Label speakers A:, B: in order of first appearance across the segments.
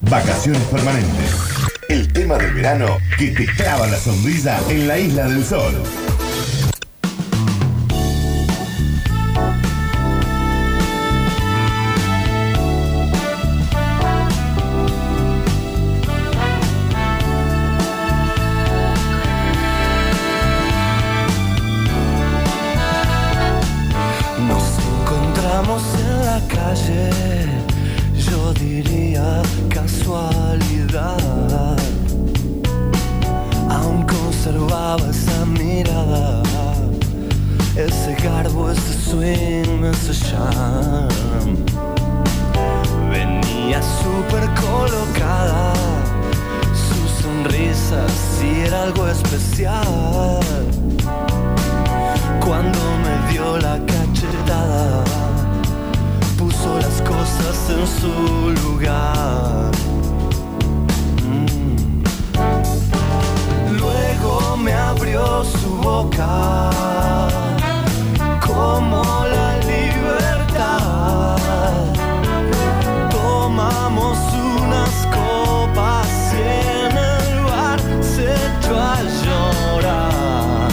A: Vacaciones permanentes. El tema del verano que te clava la sonrisa en la isla del sol.
B: Nos encontramos en la calle, yo diría casualidad. Aún conservaba esa mirada, ese garbo, ese swing, ese charm. Venía súper colocada, su sonrisa sí era algo especial cuando me dio la cachetada, puso las cosas en su lugar. Mm. Luego me abrió su boca, como la libertad. Tomamos unas copas y en el bar se echó a llorar.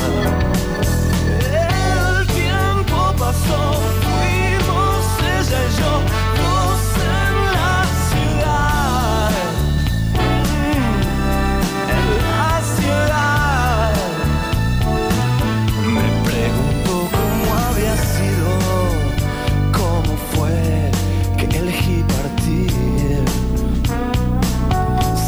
B: El tiempo pasó, fuimos ella y yo, dos en la ciudad, Mm, en la ciudad. Me pregunto cómo había sido, cómo fue que elegí partir,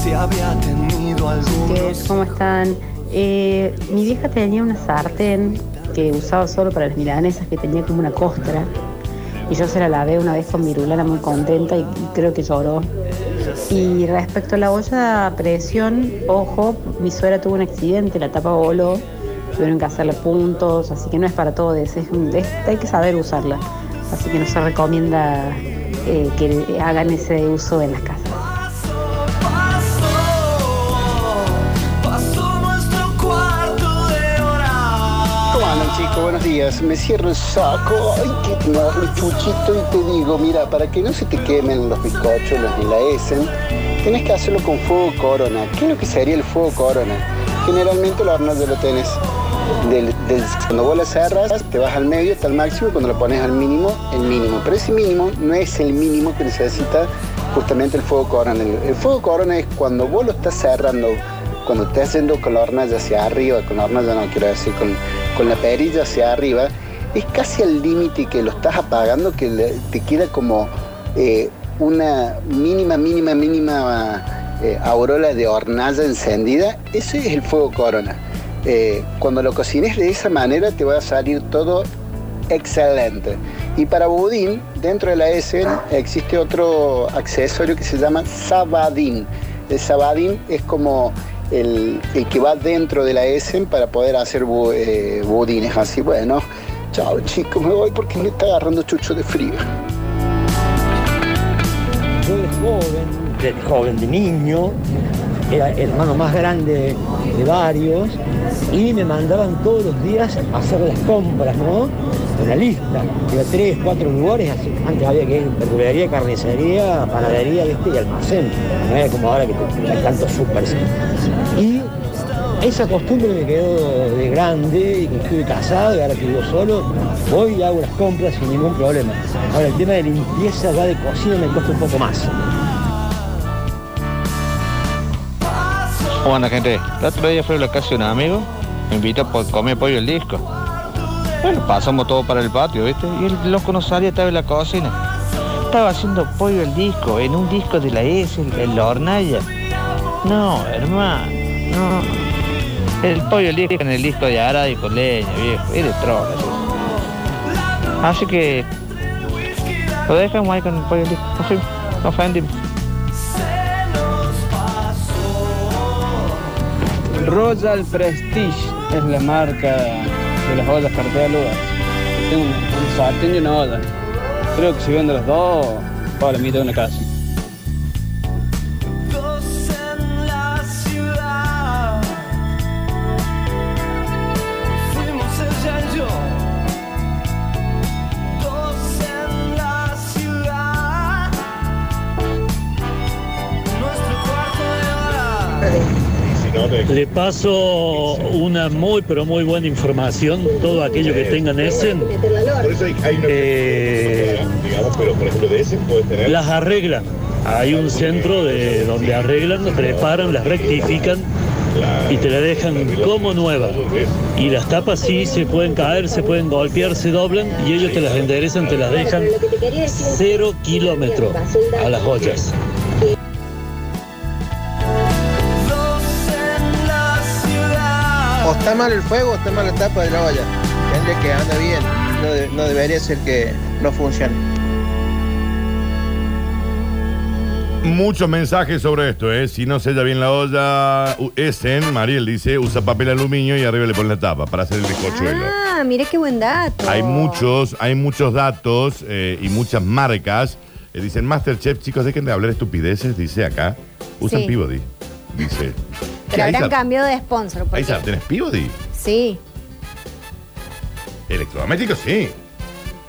B: si había tenido
C: Chiques,
B: algún...
C: ¿Cómo están? Eh, mi vieja tenía una sartén que usaba solo para las milanesas, que tenía como una costra. Y yo se la lavé una vez con virulana muy contenta y, y creo que lloró. Y respecto a la olla a presión, ojo, mi suegra tuvo un accidente, la tapa voló, tuvieron que hacerle puntos, así que no es para todos, es, un- es- hay que saber usarla. Así que no se recomienda eh, que hagan ese uso en las casas.
B: Pasó, pasó nuestro cuarto de hora.
D: ¿Cómo andan chicos? Buenos días. Me cierro el saco, ay, que me agarro el puchito y te digo, mira, para que no se te quemen los bizcochuelos ni la esen, tenés que hacerlo con fuego corona. ¿Qué es lo que sería el fuego corona? Generalmente el horno ya lo tenés. Del, del- cuando vos la cerras, te vas al medio hasta el máximo, y cuando lo pones al mínimo, el mínimo. Pero ese mínimo no es el mínimo que necesita justamente el fuego corona. El, el fuego corona es cuando vos lo estás cerrando cuando estés haciendo con la hornalla hacia arriba, con la hornalla no quiero decir, con, con la perilla hacia arriba, es casi al límite que lo estás apagando que le- te queda como eh, una mínima, mínima, mínima eh, aurola de hornalla encendida. Ese es el fuego corona. Eh, cuando lo cocines de esa manera te va a salir todo excelente. Y para budín, dentro de la S existe otro accesorio que se llama sabadín. El sabadín es como el, el que va dentro de la S para poder hacer bu- eh, budines. Así, bueno, chao chicos, me voy porque me está agarrando chucho de frío.
E: Yo de joven, de joven, de niño, era el hermano más grande de varios y me mandaban todos los días a hacer las compras, ¿no? Una lista, de tres, cuatro lugares, así. antes había que ir a verdulería, carnicería, panadería, ¿viste? y almacén, no era como ahora que te- hay tantos supers. Y esa costumbre me quedó de grande y que estuve casado y ahora que vivo solo, voy y hago las compras sin ningún problema. Ahora el tema de limpieza ya de cocina me cuesta un poco más.
F: Bueno, gente, el otro día fui a la casa de un amigo, me invitó a po- comer pollo el disco. Bueno, pasamos todo para el patio, ¿viste? Y el loco no salía, estaba en la cocina. Estaba haciendo pollo el disco, en un disco de la S, en- en la hornalla. No, hermano, no. El pollo el disco en el disco de Arada y con leña, viejo. Eres troll. eso. Así que lo dejamos ahí con el pollo el disco. No, sé, no ofendimos.
G: Royal Prestige es la marca de las ollas cartealudas. Tengo un, un sartén y una olla. Creo que si vendo las dos, pago la mitad de una casa.
B: Dos en la ciudad. Fuimos ella y yo. Dos en la ciudad. Nuestro
H: Le paso una muy pero muy buena información, todo aquello que tengan Essen,
A: Por eso hay, hay una
H: Eh,
A: digamos, pero por ejemplo de ese puedes tener.
H: las arreglan. Hay un centro de donde arreglan, preparan, las rectifican y te la dejan como nueva. Y las tapas sí se pueden caer, se pueden golpear, se doblan y ellos te las enderezan, te las dejan cero kilómetro a las joyas.
B: Dos en la ciudad.
I: O está mal el fuego o está mal la tapa de la olla. Gente que anda bien. No, de- no debería ser que no funcione.
J: Muchos mensajes sobre esto, ¿eh? Si no sella bien la olla, u- Essen, Mariel dice, usa papel aluminio y arriba le pones la tapa para hacer el bizcochuelo.
K: Ah, mira qué buen dato.
J: Hay muchos, hay muchos datos eh, y muchas marcas. Eh, dicen, Masterchef, chicos, dejen de hablar estupideces, dice acá. Usan
K: Sí.
J: Peabody, dice.
K: Pero
J: Ahí
K: habrán
J: sar-
K: cambiado de sponsor. porque-
J: Ahí sar- ¿tenés Peabody?
K: Sí.
J: Electrodomésticos, sí.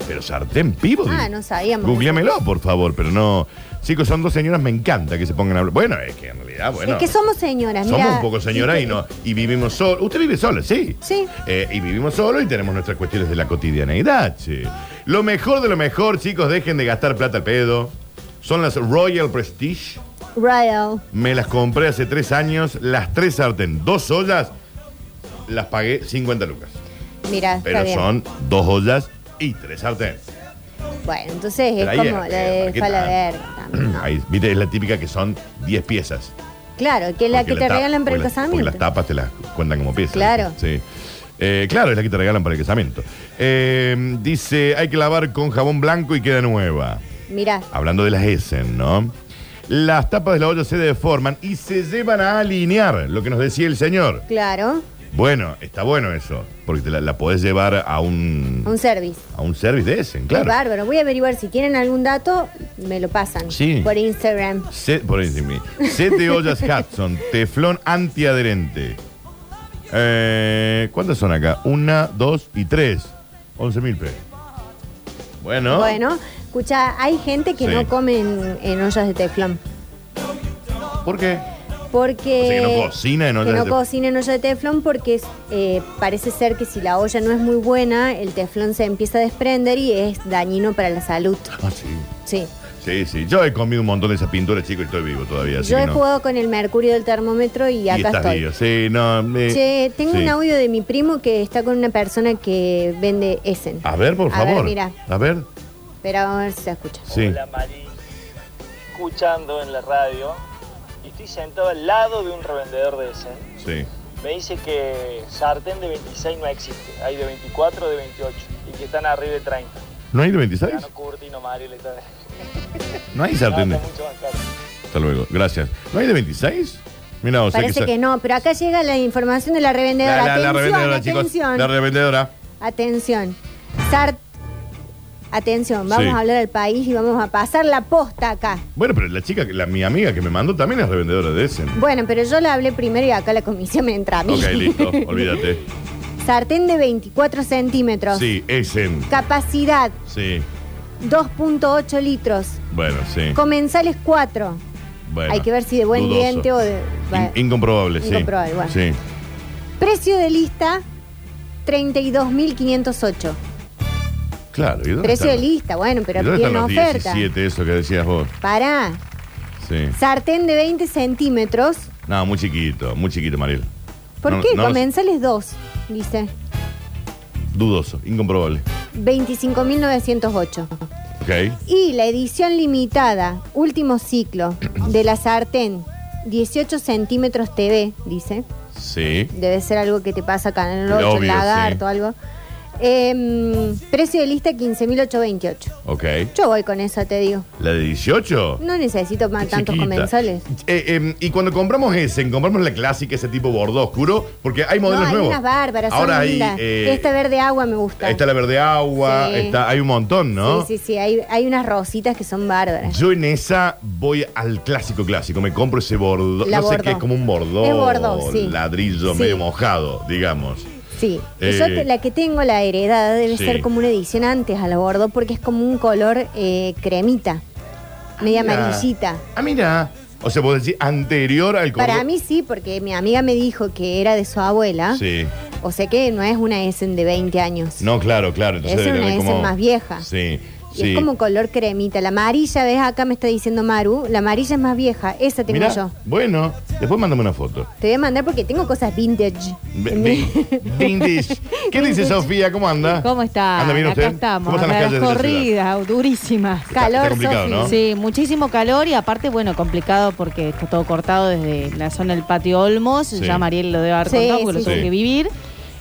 J: Pero sartén Peabody.
K: Ah, no sabíamos.
J: Googleamelo, por favor, pero no. Chicos, son dos señoras, me encanta que se pongan a hablar. Bueno, es que en realidad, bueno.
K: es que somos señoras, mira.
J: Somos un poco señora y, no, y vivimos solos. Usted vive sola, sí.
K: Sí.
J: Eh, y vivimos solos y tenemos nuestras cuestiones de la cotidianeidad. che. Lo mejor de lo mejor, chicos, dejen de gastar plata al pedo. Son las Royal Prestige.
K: Royal.
J: Me las compré hace tres años. Las tres sartén, dos ollas, las pagué 50 lucas.
K: Mira, está
J: Pero
K: bien.
J: son dos ollas y tres sartén.
K: Bueno, entonces es
J: Pero ahí
K: como
J: es,
K: la
J: eh,
K: de
J: ¿para qué
K: Falader.
J: Ahí, viste, es la típica que son 10 piezas.
K: Claro, que es la
J: Porque
K: que te
J: tapa-
K: regalan para el
J: porque las- porque
K: casamiento.
J: las tapas te las cuentan como piezas.
K: Claro.
J: Sí. Eh, claro, es la que te regalan para el casamiento. Eh, dice, hay que lavar con jabón blanco y queda nueva.
K: Mira,
J: Hablando de las Essen, ¿no? Las tapas de la olla se deforman y se llevan a alinear, lo que nos decía el señor.
K: claro,
J: Bueno, está bueno eso, porque te la, la podés llevar a un,
K: un service.
J: a un service de Essen,
K: Es
J: claro.
K: bárbaro. Voy a averiguar si tienen algún dato, me lo pasan.
J: Sí.
K: Por Instagram.
J: Se- por ahí encima. Set de ollas Hudson, teflón antiadherente. Eh, ¿Cuántas son acá? Una, dos y tres. 11 mil pesos. Bueno.
K: Bueno, escucha, hay gente que
J: Sí.
K: no come en, en ollas de teflón.
J: ¿Por qué?
K: Porque.
J: O sea, que no cocina en ollas
K: que
J: de
K: no
J: teflón.
K: cocina en olla de teflón porque es, eh, parece ser que si la olla no es muy buena, el teflón se empieza a desprender y es dañino para la salud.
J: Ah, sí.
K: Sí.
J: Sí, sí. Yo he comido un montón de esa pintura, chico, y estoy vivo todavía. así
K: Yo
J: que
K: he
J: no.
K: jugado con el mercurio del termómetro y acá
J: estás
K: estoy.
J: vivo. Sí, no. me-
K: Che, tengo
J: sí.
K: un audio de mi primo que está con una persona que vende Essen.
J: A ver, por
K: A ver,
J: favor.
K: mira.
J: A ver,
K: Pero a ver si se escucha.
J: sí.
E: Hola Mari, escuchando en la radio y estoy sentado al lado de un revendedor de ese.
J: Sí.
E: Me dice que sartén de 26 no existe, hay de 24, de 28 y que están arriba de 30.
J: ¿No hay de 26?
E: Ya no Curti, no Mari, le está
J: No hay sartén. de-
E: está mucho más caro.
J: Hasta luego. Gracias. ¿No hay de 26? Mira, o sea
K: Parece
J: sa-
K: que, no, pero acá llega la información de la revendedora.
J: La, la- la
K: atención,
J: revendedora,
K: atención.
J: chicos. La revendedora.
K: Atención. Sar- Atención, vamos
J: Sí.
K: a hablar al país y vamos a pasar la posta acá.
J: Bueno, pero la chica, que- la, mi amiga que me mandó también es revendedora de Essen.
K: Bueno, pero yo la hablé primero y acá la comisión me entra a mí.
J: Ok, listo, olvídate.
K: Sartén de 24 centímetros.
J: Sí, Essen.
K: Capacidad
J: Sí,
K: 2.8 litros.
J: bueno, sí.
K: Comensales 4.
J: Bueno,
K: Hay que ver si de buen
J: dudoso.
K: diente o de... va-
J: In- incomprobable, sí.
K: Incomprobable, bueno.
J: Sí.
K: Precio de lista, 32.508.
J: Claro, ¿y dónde
K: Precio de
J: están?
K: lista, bueno,
J: ¿Y
K: pero
J: dónde
K: tiene
J: están los
K: oferta.
J: 17, eso que decías vos?
K: Pará.
J: Sí.
K: Sartén de 20 centímetros.
J: No, muy chiquito, muy chiquito, Mariel.
K: ¿Por
J: No,
K: qué?
J: no,
K: Comensales 2, dice.
J: Dudoso, incomprobable.
K: 25.908.
J: Ok.
K: Y la edición limitada, último ciclo, de la sartén, 18 centímetros TV, dice.
J: Sí.
K: Debe ser algo que te pasa acá en el 8,
J: Obvio,
K: lagarto,
J: sí.
K: algo. Em, precio de lista 15.828.
J: Ok.
K: Yo voy con eso, te digo.
J: ¿La de 18?
K: No necesito más
J: Qué
K: tantos
J: chiquita.
K: comensales.
J: Eh, eh, y cuando compramos ese, compramos la clásica, ese tipo bordó oscuro, porque hay
K: No,
J: modelos
K: hay
J: nuevos.
K: unas bárbaras, son
J: Ahora hay.
K: lindas.
J: eh,
K: Esta verde agua me gusta.
J: está la verde agua,
K: Sí.
J: está, hay un montón, ¿no?
K: Sí, sí, sí, hay, hay unas rositas que son bárbaras.
J: Yo en esa voy al clásico clásico, me compro ese bordo,
K: La
J: no sé
K: bordó.
J: qué, es como un bordó,
K: Es bordó, sí.
J: ladrillo
K: Sí.
J: medio mojado, digamos.
K: Sí, y
J: Eh,
K: yo te- la que tengo, la heredada, debe
J: sí.
K: ser como una edición antes al bordo porque es como un color eh, cremita, media
J: Ah, Mira.
K: amarillita.
J: Ah, mira, O sea, vos decís anterior al
K: Para
J: cordón.
K: mí sí, porque mi amiga me dijo que era de su abuela.
J: Sí.
K: O sea que no es una Essen de 20 años.
J: No, claro, claro. Entonces
K: Esa es
J: debe
K: una
J: haber
K: Essen
J: como-
K: más vieja.
J: Sí,
K: Y
J: sí.
K: es como color cremita. La amarilla, ves, acá me está diciendo Maru. La amarilla es más vieja. Esa tengo
J: Mirá,
K: yo.
J: Bueno, después mándame una foto.
K: Te voy a mandar porque tengo cosas vintage.
J: Ve- vin- Vintage. ¿Qué dice Sofía? ¿Cómo anda?
L: ¿Cómo está?
J: Anda bien
L: Acá
J: usted.
L: estamos.
J: ¿Cómo están
L: a
J: las calles de la
L: corridas, durísimas.
J: Está- Calor, está complicado, Sofi. ¿no?
L: Sí, muchísimo calor y aparte, bueno, complicado porque está todo cortado desde la zona del patio Olmos,
M: Sí.
L: ya Mariel lo debe haber
M: Sí,
L: contado porque
M: sí,
L: lo tuvo
M: sí.
L: que vivir,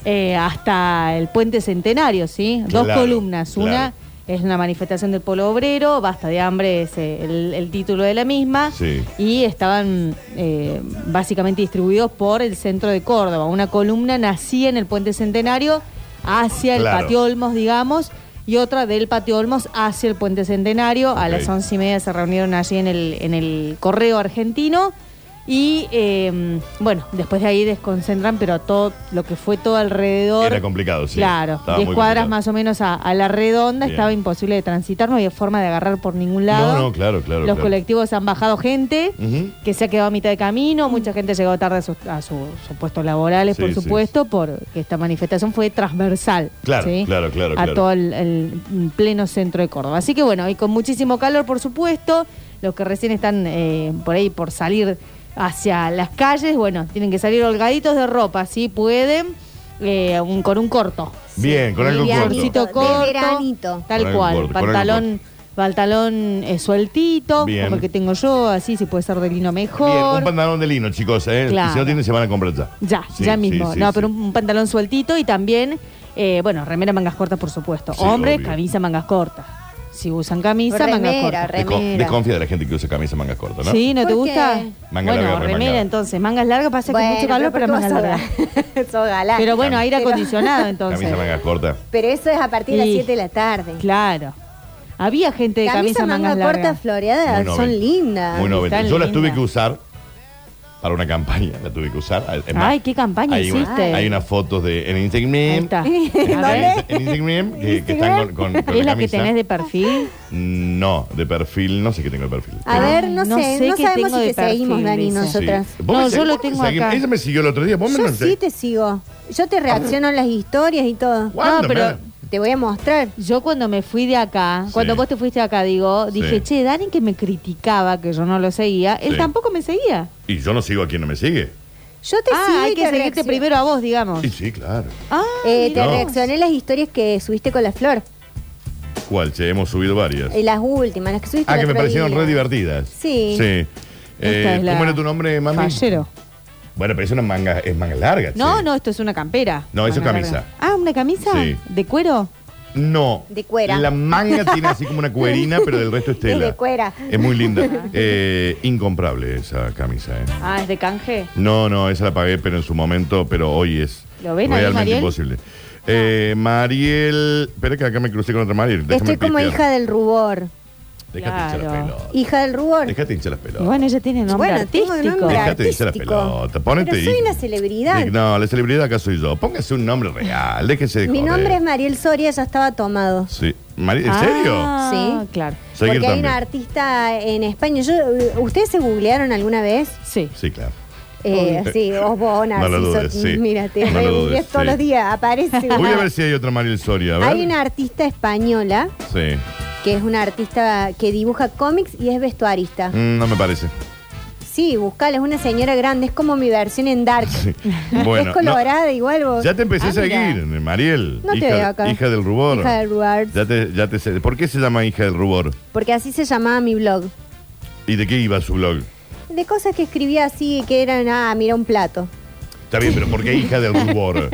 L: eh, hasta el puente centenario, ¿sí? Dos
M: Claro,
L: columnas. Una
M: claro.
L: es una manifestación del pueblo obrero, basta de hambre es eh, el, el título de la misma.
M: Sí.
L: Y estaban eh, básicamente distribuidos por el centro de Córdoba. Una columna nacía en el puente centenario hacia el
M: Claro.
L: patio Olmos, digamos, y otra del patio Olmos hacia el puente centenario. A
M: Ok.
L: las once y media se reunieron allí en el, en el correo argentino. Y eh, bueno, después de ahí desconcentran, pero todo lo que fue todo alrededor.
J: Era complicado, sí.
L: Claro,
J: Estaba
L: 10
J: muy
L: cuadras
J: complicado.
L: más o menos a, a la redonda,
J: Bien.
L: estaba imposible de transitar, no había forma de agarrar por ningún lado.
J: No, no, claro, claro.
L: Los
J: claro.
L: colectivos han bajado gente
J: Ujú.
L: que se ha quedado a mitad de camino, mucha gente llegó tarde a sus a sus puestos laborales,
J: Sí,
L: por
J: sí,
L: supuesto, porque esta manifestación fue transversal.
J: Claro,
L: ¿sí?
J: claro, claro,
L: A
J: claro.
L: todo el, el pleno centro de Córdoba. Así que bueno, y con muchísimo calor, por supuesto, los que recién están eh, por ahí por salir hacia las calles, bueno, tienen que salir holgaditos de ropa, si pueden, eh, un- con un corto.
J: Bien, con algo corto.
L: Cortito, corto,
K: De veranito.
L: Tal
J: Con algo
L: cual,
J: corto, con algo
L: pantalón, pantalón eh, sueltito,
J: Bien.
L: como el que tengo yo, así se puede ser de lino
J: Bien,
L: mejor.
J: un pantalón de lino, chicos, ¿eh?
L: Claro.
J: Si no tienen, se van a comprar ya.
L: Ya,
J: Sí,
L: ya
J: sí,
L: mismo.
J: sí,
L: no,
J: sí.
L: pero un, un pantalón sueltito y también, eh, bueno, remera mangas cortas, por supuesto.
J: Sí,
L: Hombres,
J: obvio.
L: camisa mangas cortas. Si usan camisa,
K: Remera,
L: mangas cortas.
J: Desco- desconfía de la gente que usa camisa mangas cortas, ¿no?
L: Sí, ¿no te
K: ¿Por
L: gusta?
K: qué?
J: Manga
L: bueno,
J: larga,
L: remera
J: remangada.
L: entonces. Mangas largas pasa
K: Bueno,
L: que es mucho calor, pero,
K: ¿por qué
L: mangas
K: vos
L: largas.
K: sos- sos galán.
L: Pero bueno, aire
K: Pero-
L: acondicionado entonces.
J: Camisa mangas cortas.
K: Pero eso es a partir de las
L: Y-
K: 7 de la tarde.
L: Claro. Había gente de camisa,
K: Camisa manga
L: mangas
K: corta
L: largas. Ah,
K: floreada
J: Muy
K: son
J: noven-
K: lindas.
J: Muy noventa.
K: Están
J: Yo las
K: lindas.
J: tuve que usar para una campaña, la tuve que usar. Es más,
L: Ay, qué campaña
J: hay, una-
L: hiciste.
J: hay unas fotos de, en Instagram,
L: está.
J: en,
L: A ver.
J: en Instagram que, que están con, con- con
L: ¿Es
J: la
L: la que
J: camisa.
L: tenés de perfil?
J: No, de perfil, no sé qué tengo de perfil.
K: A ver, no, sé, no
L: qué
K: sabemos
L: tengo
K: si
L: de
K: te seguimos,
L: perfil,
K: Dani,
L: dice.
K: Ah, nosotras.
J: Sí. Vos me seguís, vos me seguís. Ella me siguió el otro día, vos me
K: Yo
J: no
K: sí te sigo. Yo te reacciono en las historias y todo.
J: ¿Cuándo, No, pero- Mel?
K: te voy a mostrar.
L: Ah, Yo cuando me fui de acá,
K: Sí.
L: cuando vos te fuiste de acá, digo, dije,
J: Sí.
L: che, Dani que me criticaba que yo no lo seguía, él
J: Sí.
L: tampoco me seguía.
J: Y yo no sigo a quien no me sigue.
K: Yo te
L: ah,
K: sigo y
L: hay que
K: te
L: seguirte
K: reacciono.
L: primero a vos, digamos.
J: Sí, sí, claro.
K: Eh, te
J: mirá.
K: reaccioné las historias que subiste con la flor.
J: ¿Cuál? Che, hemos subido varias.
K: Eh, las últimas, las que subiste
J: Ah,
K: el
J: que me
K: otro
J: parecieron
K: día.
J: re divertidas.
K: Sí.
J: Sí. Eh,
L: es la-
J: ¿Cómo era tu nombre, mami?
L: Fallero.
J: Bueno, pero es una manga, es manga larga. che.
L: No, no, esto es una campera.
J: No, eso es
L: Manga
J: camisa.
L: larga. Ah, ¿una camisa?
J: Sí.
L: ¿De cuero?
J: No.
K: De cuera.
J: La manga tiene así como una cuerina, pero del resto es
K: Es
J: tela.
K: de cuera.
J: Es muy linda. Eh, incomprable esa camisa, ¿eh?
L: Ah, ¿es de canje?
J: No, no, esa la pagué, pero en su momento, pero hoy es
L: ¿Lo ven ahí,
J: realmente
L: Mariel?
J: imposible. Eh, Mariel, espera que acá me crucé con otra Mariel. déjame
K: Estoy como
J: pistear.
K: hija del rubor.
J: Déjate hinchar las pelotas.
K: Hija del rubor.
J: Déjate hinchar las pelotas.
L: Y bueno, ella tiene nombre
K: Bueno, tengo
L: artístico.
K: nombre
J: Déjate hinchar las
K: artístico.
J: pelotas. Ponete
K: Pero soy
J: hija.
K: una celebridad.
J: Dic- No, la celebridad acá soy yo. Póngase un nombre real, déjese de
K: Mi
J: joder.
K: nombre es Mariel Soria, ya estaba tomado.
J: Sí. Mari- ¿En serio?
L: Ah.
K: Sí.
L: claro.
J: Soy yo
K: Ah, Porque hay
J: también.
K: una artista en España. Yo, eh, ¿Ustedes se googlearon alguna vez?
L: Sí.
J: Sí, claro.
K: Eh,
J: Obvio.
K: sí, vos, vos,
J: No lo dudes,
K: Narciso.
J: sí.
K: Mira, te
J: No lo
K: regoogleas
J: dudes,
K: todos
J: sí.
K: los días, aparece.
J: Voy a ver si hay otra Mariel Soria. A ver.
K: Hay una artista española
J: Sí.
K: que es una artista que dibuja cómics y es vestuarista.
J: Mm, no me parece.
K: Sí, buscala, es una señora grande, es como mi versión en Dark.
J: Bueno,
K: es
J: no-
K: colorada igual vos.
J: ya te empecé
K: Ah,
J: a seguir, Mariel.
K: No te
J: hija,
K: veo acá.
J: hija del
K: mira.
J: rubor.
K: Hija de Ruart,
J: Ya te, ya te sé. ¿Por qué se llama hija del rubor?
K: Porque así se llamaba mi blog.
J: ¿Y de qué iba su blog?
K: De cosas que escribía así que eran, ah, mira un plato.
J: Está bien, pero ¿por qué hija del rubor?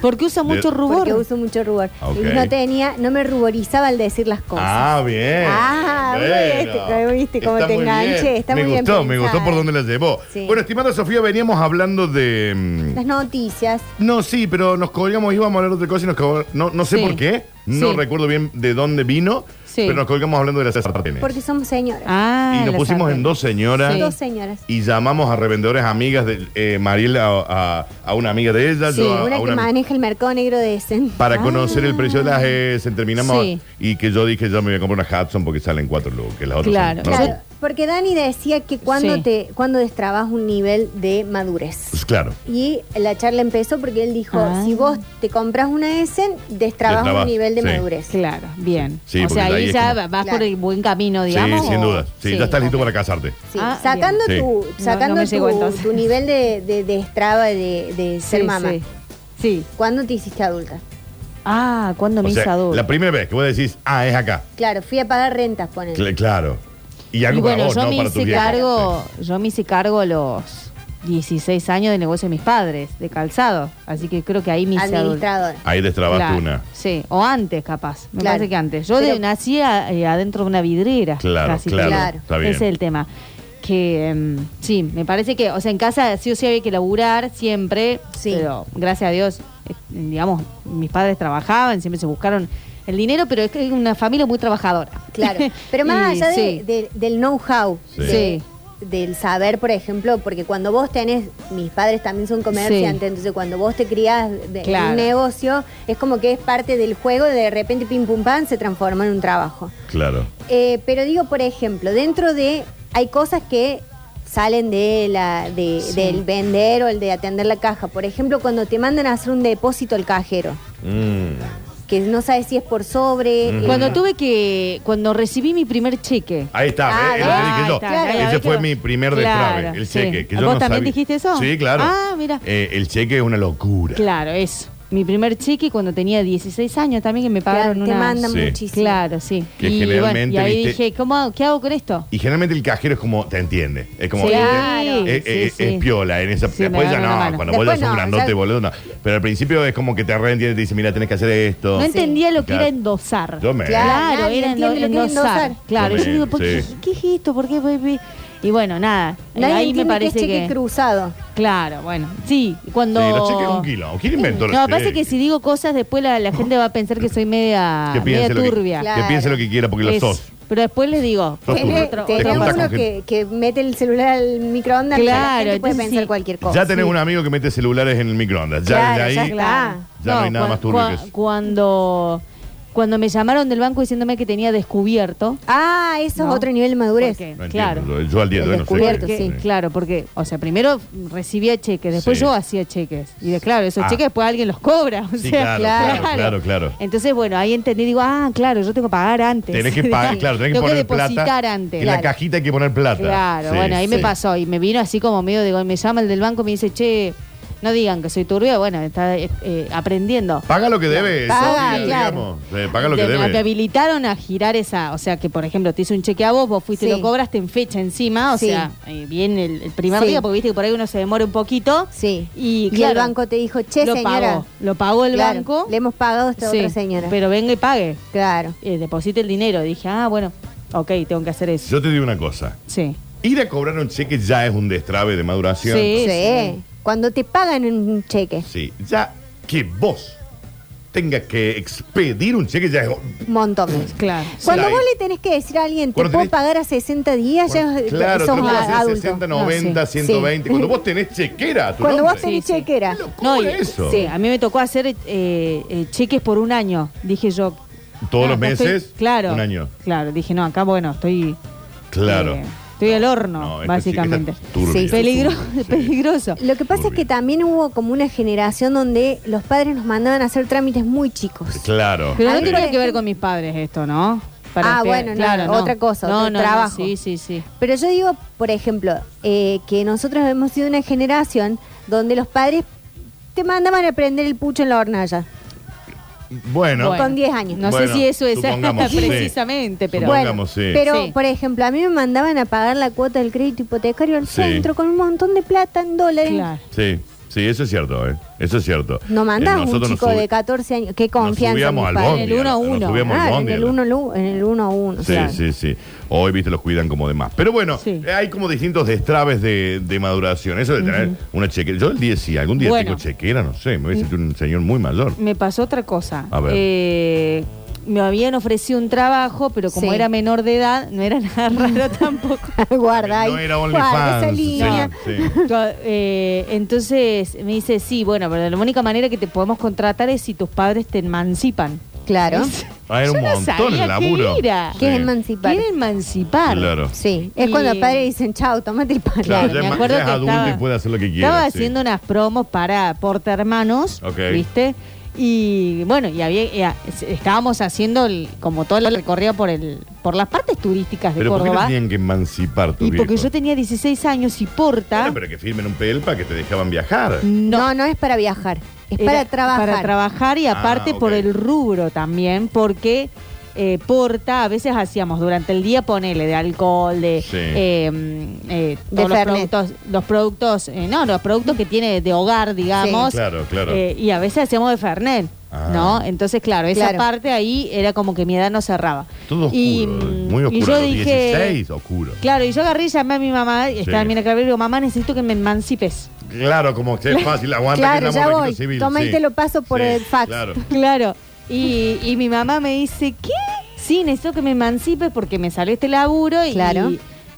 L: Porque usa
J: De-
L: mucho rubor.
K: Porque uso mucho rubor.
J: Ok.
K: Y no tenía, no me ruborizaba al decir las cosas.
J: Ah, bien.
K: Ah, viste, viste cómo
J: Está
K: te
J: muy
K: enganché,
J: bien.
K: está
J: me
K: muy bien
J: gustó, me
K: pensada.
J: gustó por dónde la llevó.
K: Sí.
J: Bueno, estimada Sofía, veníamos hablando de. mm,
K: Las noticias.
J: No, sí, pero nos colgamos, íbamos a hablar de otra cosa y nos colgamos. No, no sé
K: Sí.
J: por qué, no
K: Sí.
J: recuerdo bien de dónde vino,
K: Sí.
J: pero nos colgamos hablando de las sartenes.
K: Porque somos señoras.
L: Ah,
J: y nos pusimos en dos señoras.
K: Dos señoras.
J: Y llamamos a revendedoras amigas de eh, Mariel a, a- a una amiga de ella,
K: Sí,
J: yo a,
K: una
J: a
K: que
J: una-
K: maneja el mercado negro de Essen.
J: para
K: Ah.
J: conocer el precio de las ESEN, terminamos
K: Sí.
J: y que yo dije yo me voy a comprar una Hudson porque salen cuatro lucas, las otras
K: Claro,
J: son- no,
K: claro. Porque Dani decía que cuando,
L: Sí.
K: te, cuando destrabas un nivel de madurez.
J: Pues claro.
K: Y la charla empezó porque él dijo,
L: Ah.
K: si vos te compras una Essen, destrabas
J: Destrabas,
K: un nivel de
J: sí.
K: madurez.
L: Claro, bien.
J: Sí,
L: o
J: porque
L: sea,
J: ahí
L: ahí
J: es
L: ya
J: como-
L: vas por el buen camino,
J: Sí,
L: digamos.
J: sin
L: o-
J: duda. Sí, ya estás listo para casarte.
K: Sí,
L: Ah,
K: sacando
J: bien.
K: tu,
L: Sí.
K: sacando
L: No, no me llegó,
K: tu-
L: entonces.
K: tu, nivel de, de, de destraba de, de ser
L: Sí,
K: mamá.
L: sí. Sí.
K: ¿Cuándo te hiciste adulta?
L: Ah, cuando
J: O
L: me
J: sea,
L: hice adulta.
J: la primera vez que vos decís, ah, es acá.
K: Claro, fui a pagar rentas, ponen.
J: Cl- claro. Y
L: Y
J: algo
L: bueno,
J: para vos,
L: yo
J: no
L: me
J: para tu
L: hice
J: vieja.
L: cargo, yo me hice cargo a los 16 años de negocio de mis padres, de calzado. Así que creo que ahí me hice adulta.
K: Administrador.
J: Ahí destrabaste
L: Claro,
J: una.
L: Sí, o antes capaz. Me
K: Claro.
L: parece que antes. Yo
K: Pero-
L: de- nací a- eh, adentro de una vidriera.
J: Claro,
L: casi
J: claro,
K: Claro.
J: está bien.
L: Ese es el tema. Que em, sí, me parece que, o sea, en casa sí o sí había que laburar siempre.
K: Sí.
L: Pero gracias a Dios, eh, digamos, mis padres trabajaban, siempre se buscaron el dinero, pero es que es una familia muy trabajadora.
K: Claro. Pero más
L: Y
K: allá de-
L: sí.
K: de- del know-how,
J: Sí.
K: de- del saber, por ejemplo, porque cuando vos tenés, mis padres también son comerciantes,
L: Sí.
K: entonces cuando vos te criás de
L: Claro.
K: un negocio, es como que es parte del juego, de repente pim pum pam se transforma en un trabajo.
J: Claro.
K: Eh, pero digo, por ejemplo, dentro de. Hay cosas que salen de la de-
L: Sí.
K: del vender o el de atender la caja. Por ejemplo, cuando te mandan a hacer un depósito al cajero,
J: Mm,
K: que no sabes si es por sobre. eh,
L: Cuando tuve que. Cuando recibí mi primer cheque.
J: Ahí está,
K: Ah,
J: ¿ves?
K: bien.
J: Eso tenés que
L: Ah,
J: yo.
L: está, claro,
J: Ese
L: ahí
J: fue
L: quedó.
J: mi primer
L: Claro,
J: destrave, el
L: sí.
J: cheque. que yo
L: ¿Vos
J: no
L: también
J: sabía.
L: dijiste eso?
J: Sí, claro.
L: Ah, mira.
J: Eh, el cheque es una locura.
L: Claro, eso. Mi primer cheque cuando tenía 16 años también que me
K: claro,
L: pagaron
K: te
L: una.
K: mandan
J: Sí.
K: muchísimo.
L: Claro, sí.
J: Que
L: y, bueno,
J: generalmente,
L: y ahí
J: viste-
L: dije, ¿cómo hago? ¿qué hago con esto?
J: Y generalmente el cajero es como, te entiende. Es como,
L: Sí,
J: eh,
L: claro.
J: eh,
L: sí,
J: eh,
L: sí.
J: es piola. En esa,
L: Sí, me
J: después ya
L: agarra la
J: no,
L: mano.
J: cuando vos ya
K: Después
J: sos
K: no,
J: grandote,
K: ya-
J: boludo, no. Pero al principio es como que te reentiende y te dice, mira, tenés que hacer esto.
L: No entendía lo que
J: Claro.
L: era endosar.
J: Yo me-
L: Claro,
K: Nadie
L: era
K: entiende
L: endo-
K: lo que era
L: endosar.
K: endosar.
L: Claro,
J: Yo
L: yo
J: me-
L: digo, ¿por qué,
J: sí.
L: qué es esto? ¿Por qué? baby? Y bueno, nada.
K: Nadie
L: ahí me
K: entiende que es
L: parece
K: cheque
L: que.
K: cruzado.
L: Claro, bueno. Sí, cuando.
J: Sí, los cheques es un kilo. ¿Quién inventó los
L: No, pasa
J: cheques?
L: que si digo cosas después la, la gente va a pensar que soy media,
J: Que
L: media
J: piense, lo que,
L: turbia.
J: que piense lo que quiera porque lo
L: Es-
J: sos.
L: Pero después les digo, otro-
J: Sos
K: Tiene-
L: otro-
J: te
K: Tenés
L: otra
J: juntás
K: uno
J: con
K: que, que mete el celular al microondas,
L: Claro,
K: la gente puede
L: entonces
K: pensar
L: sí.
K: cualquier cosa.
J: Ya tenés un amigo que mete celulares en el microondas. Ya
K: Claro,
J: desde
K: ya
J: ahí
K: está.
J: ya no hay nada
L: cua-
J: más turbio que
L: cua-
J: eso.
L: Cuando, cuando me llamaron del banco diciéndome que tenía descubierto.
K: Ah, eso
L: No.
K: es otro nivel de madurez.
L: porque-
J: No
L: claro.
J: entiendo, Yo al día de hoy no sé.
K: Descubierto,
J: qué es.
K: sí.
L: Claro, porque, o sea, primero recibía cheques, después
J: Sí.
L: yo hacía cheques. Y de, claro, esos
J: Ah.
L: cheques después alguien los cobra. O
J: Sí,
L: sea,
J: claro, claro, claro, claro.
L: Entonces, bueno, ahí entendí, digo, ah, claro, yo tengo que pagar antes.
J: Tenés que pagar, claro, tenés que
L: Tengo
J: poner
L: depositar
J: plata.
L: antes.
J: En la cajita hay que poner plata.
L: Claro,
J: Sí,
L: bueno, ahí me
J: sí.
L: pasó y me vino así como medio, digo, me llama el del banco y me dice, che, no digan que soy turbia, bueno, está eh, eh, aprendiendo.
J: Paga lo que debe,
K: Paga,
J: Sofía,
K: claro.
J: digamos. Eh, paga lo que
L: Te-
J: debe.
L: Te habilitaron a girar esa, o sea, que por ejemplo te hice un cheque a vos, vos fuiste y
K: Sí.
L: lo cobraste en fecha encima, o
K: Sí.
L: sea, eh, bien el, el primer
K: Sí.
L: día, porque viste que por ahí uno se demora un poquito.
K: Sí.
L: Y,
K: Y,
L: claro,
K: el banco te dijo, che,
L: lo
K: señora.
L: Pagó, lo pagó el
K: Claro,
L: banco.
K: Le hemos pagado a esta
L: Sí,
K: otra señora.
L: Pero venga y pague,
K: claro.
L: eh, deposite el dinero. Dije, ah, bueno, ok, tengo que hacer eso.
J: Yo te digo una cosa.
L: Sí.
J: Ir a cobrar un cheque ya es un destrave de maduración.
L: Sí.
K: Sí. Cuando te pagan un cheque.
J: Sí. Ya que vos tengas que expedir un cheque ya es.
K: Montones.
L: Claro.
K: Cuando
J: Sí.
K: vos le tenés que decir a alguien, te
J: Cuando
K: puedo
J: tenés-
K: pagar a 60 días, ya eh,
J: claro, te
K: sos
J: lo puedo hacer
K: adulto.
J: 60, 90,
L: No,
J: 120. Cuando vos tenés chequera, a tu
K: Cuando
J: nombre.
K: vos tenés
L: Sí, sí.
K: chequera.
J: No,
L: y-
J: eso?
L: Sí, a mí me tocó hacer eh, eh, cheques por un año. Dije yo.
J: Todos
L: ah,
J: los
L: acá estoy-
J: meses,
L: claro.
J: un año.
L: Claro, dije, no, acá bueno, estoy.
J: Claro.
L: eh, estoy al horno,
J: No, esta chica
L: básicamente.
J: está turbia.
K: Sí, sí,
L: Peligro-
J: Sí.
L: Peligroso.
K: Lo que pasa
J: Muy
K: es que
J: bien.
K: también hubo como una generación donde los padres nos mandaban a hacer trámites muy chicos.
J: Claro.
L: Pero no
K: Antes,
L: tenía
K: por
L: que ver
K: ejemplo-
L: con mis padres esto, ¿no?
K: Ah,
L: que-
K: bueno, no, otra cosa,
L: No,
K: otro
L: no, no,
K: trabajo.
L: sí, sí, sí.
K: Pero yo digo, por ejemplo, eh, que nosotros hemos sido una generación donde los padres te mandaban a prender el pucho en la hornalla.
J: Bueno,
L: Bueno.
K: Con 10 años.
L: No
J: Bueno,
L: sé si eso es
J: supongamos, sí.
L: precisamente, pero.
J: Supongamos. sí.
K: Pero,
L: Sí.
K: por ejemplo, a mí me mandaban a pagar la cuota del crédito hipotecario al
J: Sí.
K: centro con un montón de plata en dólares.
L: Claro.
J: sí, sí, eso es cierto, ¿eh? Eso es cierto. Eh,
K: No
J: mandas
K: mandás un chico de 14 años. Qué
J: Nos
K: confianza.
J: subíamos
K: mis
J: al
K: padres.
J: bondi.
L: En el uno a
J: nos
L: uno.
J: subíamos al
K: Claro, en
J: bondi,
K: el
J: ¿no?
K: 1 en el 1 a 1.
J: Sí, sí, sí. Hoy, viste, los cuidan como demás. Pero bueno,
L: Sí.
J: eh, hay como distintos destraves de, de maduración. Eso de tener una chequera. Yo el día, si algún día
L: Bueno.
J: tengo chequera, no sé, me voy a sentir un señor muy mayor.
L: Me pasó otra cosa.
J: A ver.
L: Eh, me habían ofrecido un trabajo, pero como
K: Sí.
L: era menor de edad, no era nada raro tampoco.
K: Guarda ahí.
J: no era
K: guarda esa
J: OnlyFans.
K: línea.
J: sí, sí.
L: Eh, entonces me dice, sí, bueno, pero la única manera que te podemos contratar es si tus padres te emancipan.
K: Claro.
J: Ah, era
L: Yo
J: un
L: no
J: montón
L: sabía
J: el laburo.
L: qué era.
K: Que es emancipar.
L: Quiere emancipar.
J: Claro.
K: Sí, es
L: Y-
K: cuando los padres dicen, chao, tómate el pan.
J: Claro,
L: Claro,
J: ya,
L: me
J: es ma-
L: acuerdo
J: ya es
L: que
J: adulto
L: estaba-
J: y puede hacer lo que quiera.
L: Estaba
J: sí.
L: haciendo unas promos para Porta Hermanos,
J: Ok.
L: ¿viste? Y bueno, y había, y a- estábamos haciendo el- como todo el recorrido por el por las partes turísticas de
J: Pero ¿por qué te
L: Córdoba.
J: tenían que emancipar tu
L: Y porque
J: viejo?
L: yo tenía 16 años y Porta
J: Bueno, pero que firmen un pelpa que te dejaban viajar.
L: no,
K: No, no es para viajar, es
L: era
K: para trabajar.
L: Para trabajar y
J: Ah,
L: aparte por
J: ok.
L: el rubro también, porque eh, Porta a veces hacíamos durante el día, ponele, de alcohol, de,
J: Sí.
L: eh, mm, eh,
K: De
L: todos los
K: Fernet.
L: productos, los productos, eh, no, los productos que tiene de hogar, digamos.
J: Claro, claro.
L: Eh, y a veces hacíamos de Fernet,
J: Ah.
L: ¿no? Entonces, claro, esa
K: Claro.
L: parte ahí era como que mi edad no cerraba.
J: Todo oscuro, eh,
L: Y, mm,
J: muy oscuro.
L: Y yo
J: los
L: dije,
J: 16, oscuro.
L: claro, y yo agarré y llamé a mi mamá, y estaba
J: Sí.
L: en Mina Clavero, y digo, mamá, necesito que me emancipes.
J: Claro, como que es fácil, aguanta que
K: Claro,
J: estamos
K: ya
J: en
K: voy.
J: civil.
K: Toma y
J: sí.
K: te lo paso por
J: Sí,
K: el fax.
J: Claro.
L: Claro. Y, y mi mamá me dice, ¿qué? Sí, necesito que me emancipe porque me salió este laburo y...
K: Claro.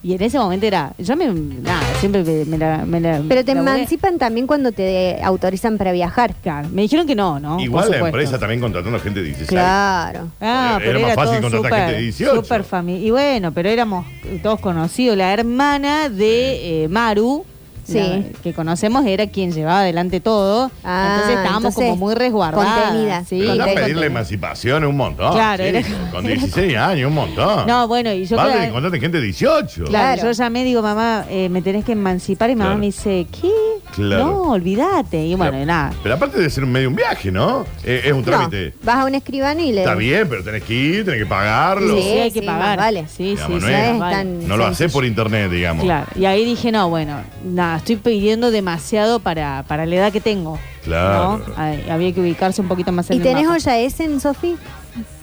L: Y en ese momento era, yo me, nada, siempre me, me la, me la-
K: Pero te
L: laburé.
K: emancipan también cuando te autorizan para viajar.
L: Claro, me dijeron que no, ¿no? Por
J: Igual la
L: supuesto.
J: empresa también contratando gente de 16.
K: Claro.
L: Ah,
J: Era
L: pero
J: más
L: era
J: fácil
L: todo
J: contratar gente de
L: súper
J: 18.
L: súper familia. Y bueno, pero éramos todos conocidos. La hermana de eh, Maru,
K: Sí.
L: la que conocemos, era quien llevaba adelante todo.
K: Ah,
L: entonces estábamos
K: entonces,
L: como muy resguardadas.
K: contenida.
L: Sí,
J: Pero ya
K: te-
J: pedir la emancipación es un montón.
L: Claro,
J: sí,
L: era-
J: Con 16 años, un montón.
L: No, bueno, y yo
J: Vale,
L: creo-
J: encontraste gente de 18.
L: Claro,
K: Claro.
L: yo llamé, digo, mamá, eh, me tenés que emancipar. Y mamá
J: Claro.
L: me dice, ¿qué?
J: Claro.
L: No, olvídate. Y bueno,
J: Pero-
L: y nada.
J: Pero aparte de ser un medio un viaje, ¿no? Eh, es un
K: No,
J: trámite.
K: vas a un escribano y le...
J: Está bien, pero tenés que ir, tenés que pagarlo.
L: Sí, hay que
K: sí,
L: pagar.
K: más vale.
L: Sí, sí,
J: Digamos,
L: sí,
J: no es-
L: más vale.
K: tan-
J: No lo haces
K: sencillo.
J: por internet, digamos.
L: Claro, y ahí dije, no, bueno, nada, estoy pidiendo demasiado para, para la edad que tengo.
J: Claro.
L: ¿no? Ah, Ay, había que ubicarse un poquito más en
K: ¿Y
L: el
K: tenés
L: mapa.
K: olla ese en Sofi?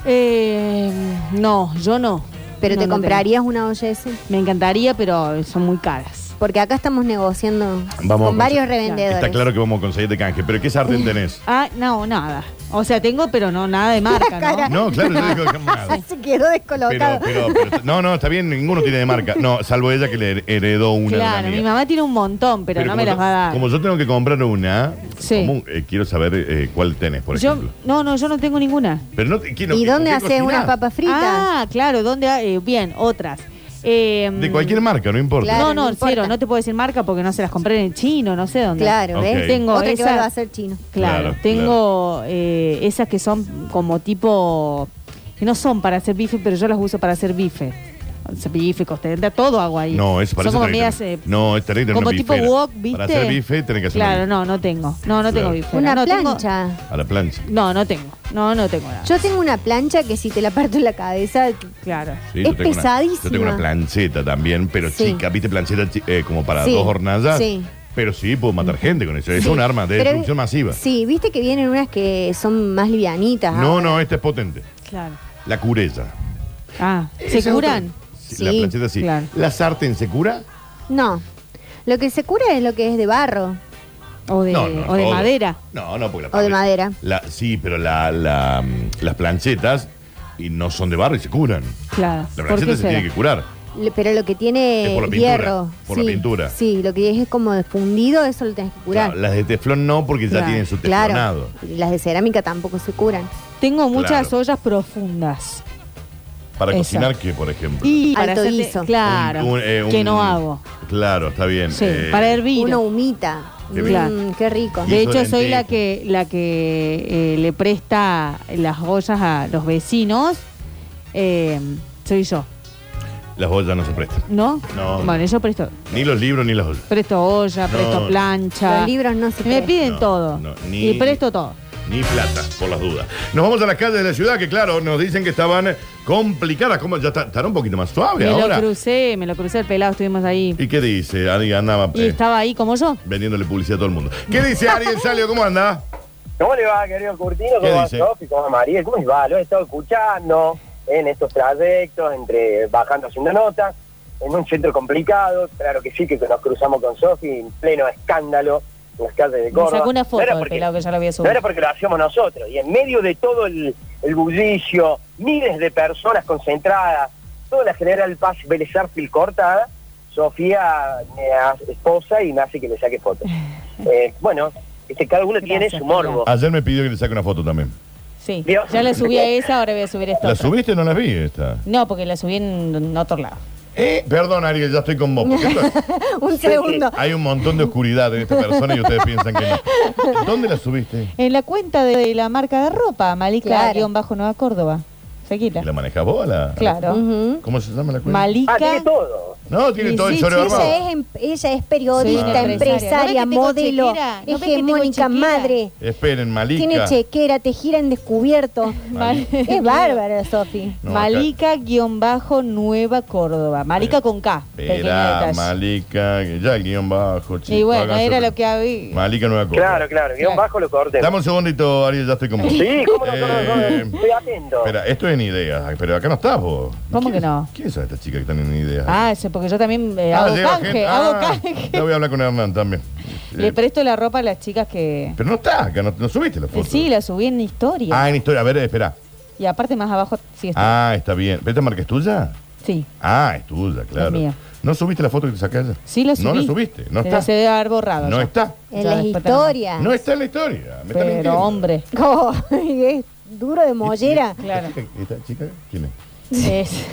L: Eh, no, yo no.
K: ¿Pero
L: No,
K: te
L: no
K: comprarías una olla ese?
L: tengo. Me encantaría, pero son muy caras.
K: Porque acá estamos negociando
J: Vamos
K: con
J: a
K: varios
J: conseguir-
K: revendedores.
J: Está claro que vamos a conseguir de canje, pero ¿qué sartén tenés?
L: Ah, no, nada. O sea, tengo, pero no nada de marca, ¿no?
K: cara.
J: No, claro, yo digo que nada.
K: Se quedó
J: Pero,
K: descolocado.
J: pero, pero- no, no, está bien, ninguno tiene de marca. No, salvo ella que le heredó una. de una
L: Claro, mi
J: amiga.
L: mamá tiene un montón, pero, no
J: como
L: me las
J: yo-
L: va a dar.
J: Como yo tengo que comprar una,
L: Sí.
J: como, eh, quiero saber eh, cuál tenés, por
L: Yo,
J: ejemplo.
L: no, no, yo no tengo ninguna.
J: Pero no te- ¿qué- no-
K: ¿Y
J: qué-
K: dónde
J: qué
K: haces
J: cocinás?
K: unas papas fritas?
L: Ah, claro, ¿dónde? hay? Eh, bien, otras. Eh,
J: De cualquier marca, no importa.
K: Claro,
L: no,
K: no
L: no,
K: importa.
L: cero, no te puedo decir marca porque no se las compré en el chino, no sé dónde.
K: Claro, ¿ves?
J: Ok.
L: Tengo
K: Otra que
L: esa-
K: va a ser chino.
L: Claro,
J: Claro,
L: tengo eh, esas que son como tipo, que no son para hacer bife, pero yo las uso para hacer bife. O sea, Bife, costeta, todo hago ahí.
J: No, eso parece
L: Son como
J: terrible.
L: medias, eh,
J: No, es terrible.
L: como
J: una
L: tipo
J: bifera.
L: wok, ¿viste?
J: Para hacer bife tenés que hacer
L: Claro,
J: una
L: no, no tengo. No, no
J: Claro.
L: tengo bife.
K: Una
L: no tengo-
K: plancha.
J: bifera. A la plancha.
L: no, no tengo. No, no tengo nada.
K: Yo tengo una plancha que si te la parto en la cabeza,
L: claro.
J: Sí,
K: Es
J: yo tengo una- yo
K: pesadísima.
J: tengo una plancheta también, pero
K: Sí.
J: chica, ¿viste? Plancheta chi- eh, como para
K: Sí,
J: dos hornallas.
K: sí.
J: Pero sí, puedo matar gente con eso. Es un arma de
K: Pero-
J: destrucción masiva.
K: sí, viste que vienen unas que son más livianitas.
J: No,
K: ahora.
J: no, esta es potente.
L: Claro.
J: La cureza.
L: Ah, ¿se
J: Esa Eh, es
L: curan?
J: otra. Sí, La
K: Sí,
J: plancheta sí.
L: claro.
J: La sartén se cura.
K: No. Lo que se cura es lo que es de barro.
L: ¿O de,
J: no, no,
L: o de
J: todo.
L: madera?
J: No, no, porque la
K: O de madera.
J: la- sí, pero la- la, mm, las planchetas y no son de barro y se curan.
L: Claro.
J: La
L: ¿Por
J: plancheta
L: qué
J: se tiene que
L: será?
J: curar.
K: Le- Pero lo que tiene
J: Es por la pintura,
K: hierro.
J: por la
K: sí,
J: pintura.
K: Sí, lo que es como fundido, eso lo tenés que curar.
J: Claro, las de teflón no, porque ya
L: Claro,
J: tienen su
K: Claro.
J: teflonado.
K: Y Las de cerámica tampoco se curan.
L: Tengo muchas
J: Claro.
L: ollas profundas.
J: Para
L: Eso.
J: cocinar, ¿qué, por ejemplo?
L: Y
K: Alto
L: para hacerte-
K: guiso.
L: Claro.
J: Un- un, eh,
L: que
J: un-
L: no hago.
J: Claro, está bien.
L: Sí,
J: eh,
L: para hervir.
K: Una humita.
J: Qué
K: Mm,
L: bien.
K: qué rico.
J: Y-
L: De
J: Guiso
L: hecho,
J: de
L: soy la
J: lentejas.
L: que, la que eh, le presta las ollas a los vecinos. Eh, soy yo,
J: Las ollas no se prestan.
L: ¿no?
J: No.
L: Bueno, yo presto,
J: Ni los libros ni las ollas.
L: presto olla,
J: No.
L: presto plancha.
K: Los libros no se
L: Me
K: prestan.
L: piden
J: No,
L: todo.
J: no, ni-
L: y presto todo.
J: Ni plata, por las dudas. Nos vamos a las calles de la ciudad, que claro, nos dicen que estaban complicadas. ¿Cómo? Ya está- estará un poquito más suave
L: Me
J: ahora.
L: lo crucé, me lo crucé el pelado, estuvimos ahí.
J: ¿Y qué dice? Ari andaba
L: Y
J: eh,
L: estaba ahí como yo.
J: vendiéndole publicidad a todo el mundo. ¿Qué dice Ariel Salio? ¿Cómo anda?
M: ¿Cómo le va, querido Curtino?
J: ¿Qué
M: ¿Cómo va,
J: dice?
M: Sofi? ¿Cómo va, María? ¿Cómo les va? Lo he estado escuchando en estos trayectos, entre bajando haciendo notas, en un centro complicado. Claro que sí, que nos cruzamos con Sofi en pleno escándalo en las calles de
L: Me
M: Córdoba.
L: sacó una
M: No
L: foto
M: era
L: del
M: porque-
L: pelado que ya lo había
M: no
L: subido.
M: era porque lo hacíamos nosotros. Y en medio de todo el, el bullicio, miles de personas concentradas, toda la General Paz Vélez Sarsfield cortada, Sofía me hace esposa y me hace que le saque fotos. Eh, bueno, este, cada uno tiene
L: Gracias,
M: su morbo.
J: Ayer me pidió que le saque una foto también.
L: Sí. Ya la subí a esa, ahora voy a subir esta.
J: ¿La
L: otra.
J: subiste o no la vi esta?
L: No, porque la subí en, en otro lado.
J: Eh, Perdón, Ariel, ya estoy con vos. porque esto es-
L: Un segundo.
J: Hay un montón de oscuridad en esta persona y ustedes piensan que no. ¿Dónde la subiste?
L: En la cuenta de, de la marca de ropa, Malika-Nueva Córdoba. Seguila.
J: ¿La manejás vos? a La...
L: Claro.
J: ¿Cómo se llama la cuenta?
L: Malika.
M: Ah, todo.
J: No, tiene
L: Y
J: todo el
L: sí, sí,
J: choreo armado.
K: Ella es, em- ella es periodista,
J: Sí, una
K: empresaria,
L: empresaria. ¿No ves que tengo
K: modelo,
L: chequera? ¿No ves que tengo
K: hegemónica, madre.
J: Esperen, Malika.
K: Tiene chequera, te gira en descubierto.
J: Mal-
K: es bárbara, Sofi.
J: No, acá-
L: Malika-Nueva Córdoba. Malika con K. pequeño
J: Espera,
L: detalle.
J: Malika, que ya el guión bajo, chico.
L: y bueno,
J: hagan
L: era
J: su-
L: lo que había.
J: Malika no me
M: Claro, claro, guión bajo lo corté.
J: Dame un segundito, Ariel, ya estoy con vos.
M: Sí, cómo no, cómo no, cómo no,
J: Eh,
M: estoy atento.
J: Espera, esto es en ideas, pero acá no estás vos.
L: ¿Cómo que no?
J: ¿Quiénes son estas chicas que están en ideas?
L: Ah, eso porque yo también eh,
J: Ah,
L: hago
J: lleva
L: canje,
J: gente.
L: hago
J: Ah,
L: canje.
J: Ya voy a hablar con Hernán también.
L: Le
J: Eh,
L: presto la ropa a las chicas que...
J: pero no está, acá no, no subiste la
L: Eh,
J: foto.
L: Sí, la subí en historia.
J: Ah, en historia, a ver, espera.
L: Y aparte más abajo sí está.
J: Ah, está bien. ¿Pero esta marca es tuya?
L: Sí.
J: Ah, es tuya, claro.
L: mía.
J: ¿No subiste la foto que te saqué ayer?
L: Sí, la subí.
J: No la subiste, no
L: Pero
J: está.
L: Se debe haber borrado.
J: No
L: ya.
J: está.
K: En
L: Ya
K: las
L: después tenemos-
K: historias.
J: No está en la historia. Me está
L: Pero
J: mintiendo.
L: hombre.
K: Oh, y es duro de mollera.
L: Claro.
J: ¿Esta chica quién es?
L: Es-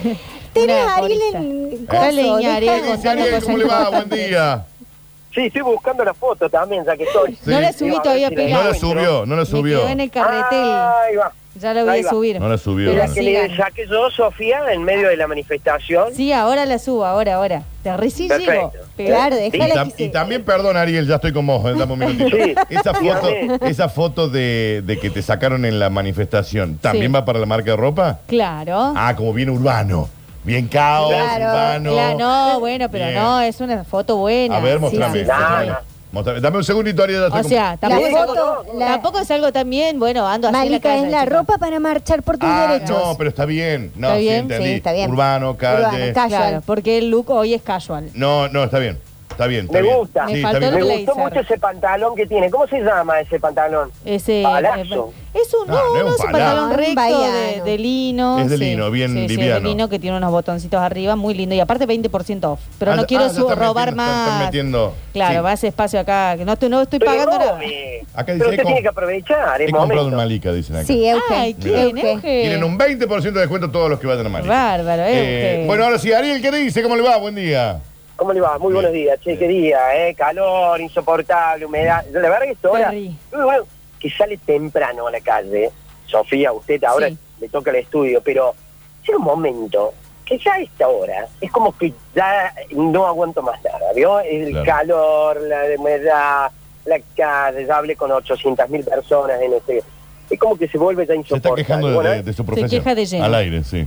K: Tenés
L: Una
K: a Ariel
L: deportista.
K: en
L: Dale,
K: coso,
L: Iña, Ariel,
K: deja-
L: Gonzalo,
J: Ariel, ¿cómo le va? Buen día.
M: Sí, estoy buscando la foto también, ya que estoy.
J: Sí. No la
L: subí todavía,
M: Digo, a ver si
J: No la
M: encuentro.
J: subió, no la
L: Me
J: subió.
L: quedó en el carretel.
M: Ahí va.
L: ya la voy
M: ahí
L: a
M: va.
L: subir.
J: No la subió.
M: Era
J: no.
M: que le saqué yo, Sofía, en medio de la manifestación.
L: Sí, ahora la subo, ahora, ahora. Te recién llego.
M: Perfecto.
K: Claro,
J: Y,
K: déjala
J: tam-
K: que
J: y
K: se-
J: también, perdón, Ariel, ya estoy con vos, eh, dame un minutito.
M: Sí.
J: Esa foto,
M: Dígame.
J: esa foto de, de que te sacaron en la manifestación, ¿también
L: Sí.
J: va para la marca de ropa?
L: Claro.
J: Ah, como bien urbano. Bien caos,
K: Claro,
J: urbano.
L: Claro, no, bueno, pero
J: Bien.
L: no, es una foto buena.
J: A ver, mostrame.
L: Sí, sí, sí.
J: mostrame. Mostrame. Dame un segundito, Ariel. ya estoy
L: O
J: con-
L: sea,
K: La
L: tampoco,
K: foto, la-
L: tampoco es algo tan bien, bueno, ando así en la
K: Malika,
L: calle.
K: es la
L: chicos.
K: ropa para marchar por tus
J: Ah,
K: derechos.
J: no, pero está bien. No,
L: Está
J: sí,
L: bien,
J: entendí.
K: sí, está bien.
J: Urbano, calle.
K: Urbano, calle.
L: Claro, porque el look hoy es casual.
J: No, no, está bien. Está bien. Está
M: Me
J: bien.
M: gusta.
J: Sí,
L: Me
J: está
L: faltó
J: bien.
M: Me
L: el
M: gustó
L: blazer.
M: mucho ese pantalón que tiene. ¿Cómo se llama ese pantalón?
L: Ese,
M: Palazo.
L: eh, es un, no,
J: Ah, No, no es un
L: no, es un
J: palazo.
L: pantalón recto de,
K: Baiano.
L: de lino.
J: Es de
L: sí.
J: lino, bien
L: sí, sí, es de
J: liviano.
L: lino que tiene unos botoncitos arriba, muy lindo. Y aparte 20% off. Pero
J: Ah,
L: no quiero
J: ah, ya
L: su-
J: están
L: robar
J: metiendo- están-
L: más.
J: están metiendo-
L: Claro,
J: sí.
L: va a ese espacio acá. que No estoy, no estoy
M: Pero
L: pagando
M: no,
L: nada.
M: eh,
J: Acá dice,
M: Pero usted
J: he com-
M: tiene que aprovechar el
J: He comprado un
M: momento.
J: Malika, dicen acá.
K: Sí, Euge.
L: Ay, qué
K: Euge.
J: Tienen
L: enoje.
J: un 20% de descuento todos los que vayan a Malika.
L: Bárbaro,
J: Eh,
L: eh.
J: bueno, ahora sí, Ariel, ¿qué dice? ¿Cómo le va? Buen día.
M: ¿Cómo le va? Muy buenos días, che, qué día, ¿eh? Calor, insoportable, humedad. Yo, La verdad que esto ahora,
L: Perri.
M: Uy, bueno, que sale temprano a la calle, Sofía, usted ahora
L: Sí.
M: le toca el estudio, pero llega un momento que ya a esta hora es como que ya no aguanto más nada, ¿vio? El
J: Claro.
M: calor, la humedad, la calle, ya hablé con 800.000 personas en este... Es como que se vuelve ya
J: Se está
M: insoportable.
J: quejando de,
M: Bueno,
J: de- de su profesión.
L: queja de lleno.
J: Al aire, sí.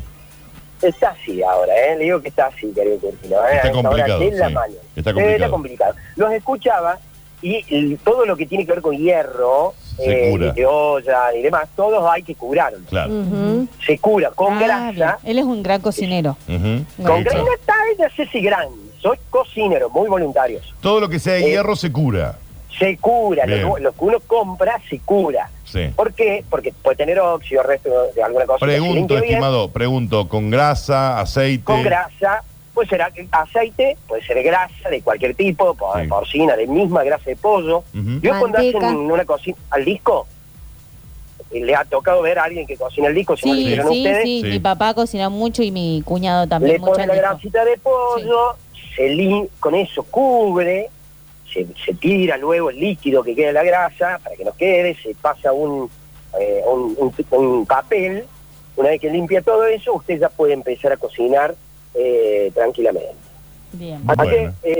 M: Está así ahora, ¿eh? Le digo que está así, querido Curtino. ¿eh?
J: Está
M: A esta hora
J: complicado,
M: de la
J: sí.
M: mañana.
J: Está
M: Eh,
J: complicado.
M: complicado. Los escuchaba y, y todo lo que tiene que ver con hierro,
J: Se
M: eh,
J: cura.
M: de olla y demás, todos hay que curarlo.
J: Claro.
K: Ujú.
M: Se cura con
L: Ah, bien.
M: grasa.
L: Él es un gran cocinero.
J: Ujú.
M: Con
J: Sí, claro.
M: grasa tal, no sé si gran. Soy cocinero, muy voluntarioso.
J: Todo lo que sea de
M: Eh,
J: hierro se cura.
M: Se cura,
J: Bien.
M: lo, lo que uno compra se cura.
J: Sí.
M: ¿Por qué? Porque puede tener óxido, resto de alguna cosa. que se
J: Pregunto,
M: limpie bien.
J: estimado, pregunto, ¿con grasa, aceite?
M: con grasa, puede ser a- aceite, puede ser grasa de cualquier tipo, po-
J: Sí.
M: porcina, de misma grasa de pollo.
J: Ujú.
M: Yo cuando hacen
K: Manteca.
M: una cocina al disco, eh, le ha tocado ver a alguien que cocina el disco, si no lo
L: Sí,
M: hicieron
L: sí,
M: ustedes,
L: sí,
J: Sí.
L: Mi papá cocina mucho y mi cuñado también.
M: le
L: mucho
M: pone la
L: al disco.
M: grasita de pollo, se li- con eso cubre, se, se tira luego el líquido que queda en la grasa para que no quede, se pasa un, eh, un, un- un papel. Una vez que limpia todo eso, usted ya puede empezar a cocinar eh, tranquilamente.
L: Bien.
J: Ah,
M: Así
J: Bueno.
M: que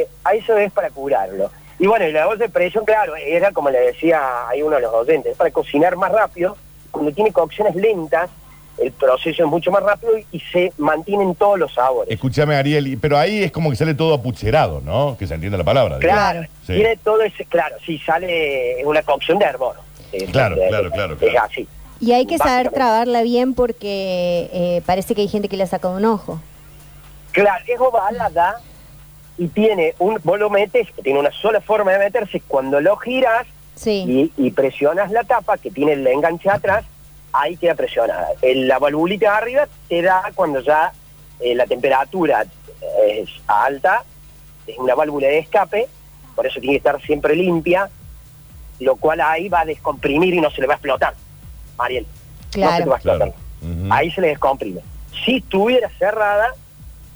M: eh, a eso es para curarlo. Y bueno, y la voz de presión, claro, era como le decía ahí uno de los docentes, para cocinar más rápido, cuando tiene cocciones lentas, el proceso es mucho más rápido y, y se mantienen todos los sabores.
J: Escúchame, Ariel, y- pero ahí es como que sale todo apucherado, ¿no? Que se entienda la palabra. digamos.
M: claro,
J: Sí.
M: tiene todo ese, claro, sí, sale una cocción de hervor. Eh,
J: Claro,
M: de-
J: claro,
M: de-
J: claro,
M: Es
J: claro.
M: así.
K: Y hay que saber
M: Básicamente.
K: trabarla bien porque eh, parece que hay gente que le ha sacado un ojo.
M: Claro, es ovalada y tiene un, vos lo metes, tiene una sola forma de meterse, cuando lo giras,
K: Sí.
M: y, y presionas la tapa que tiene el enganche atrás, ahí queda presionada. El- la valvulita de arriba te da cuando ya eh, la temperatura eh, es alta, es una válvula de escape, por eso tiene que estar siempre limpia, lo cual ahí va a descomprimir y no se le va a explotar. Mariel, no se
K: Claro.
M: te va a explotar. Ahí se les descomprime. Si estuviera cerrada,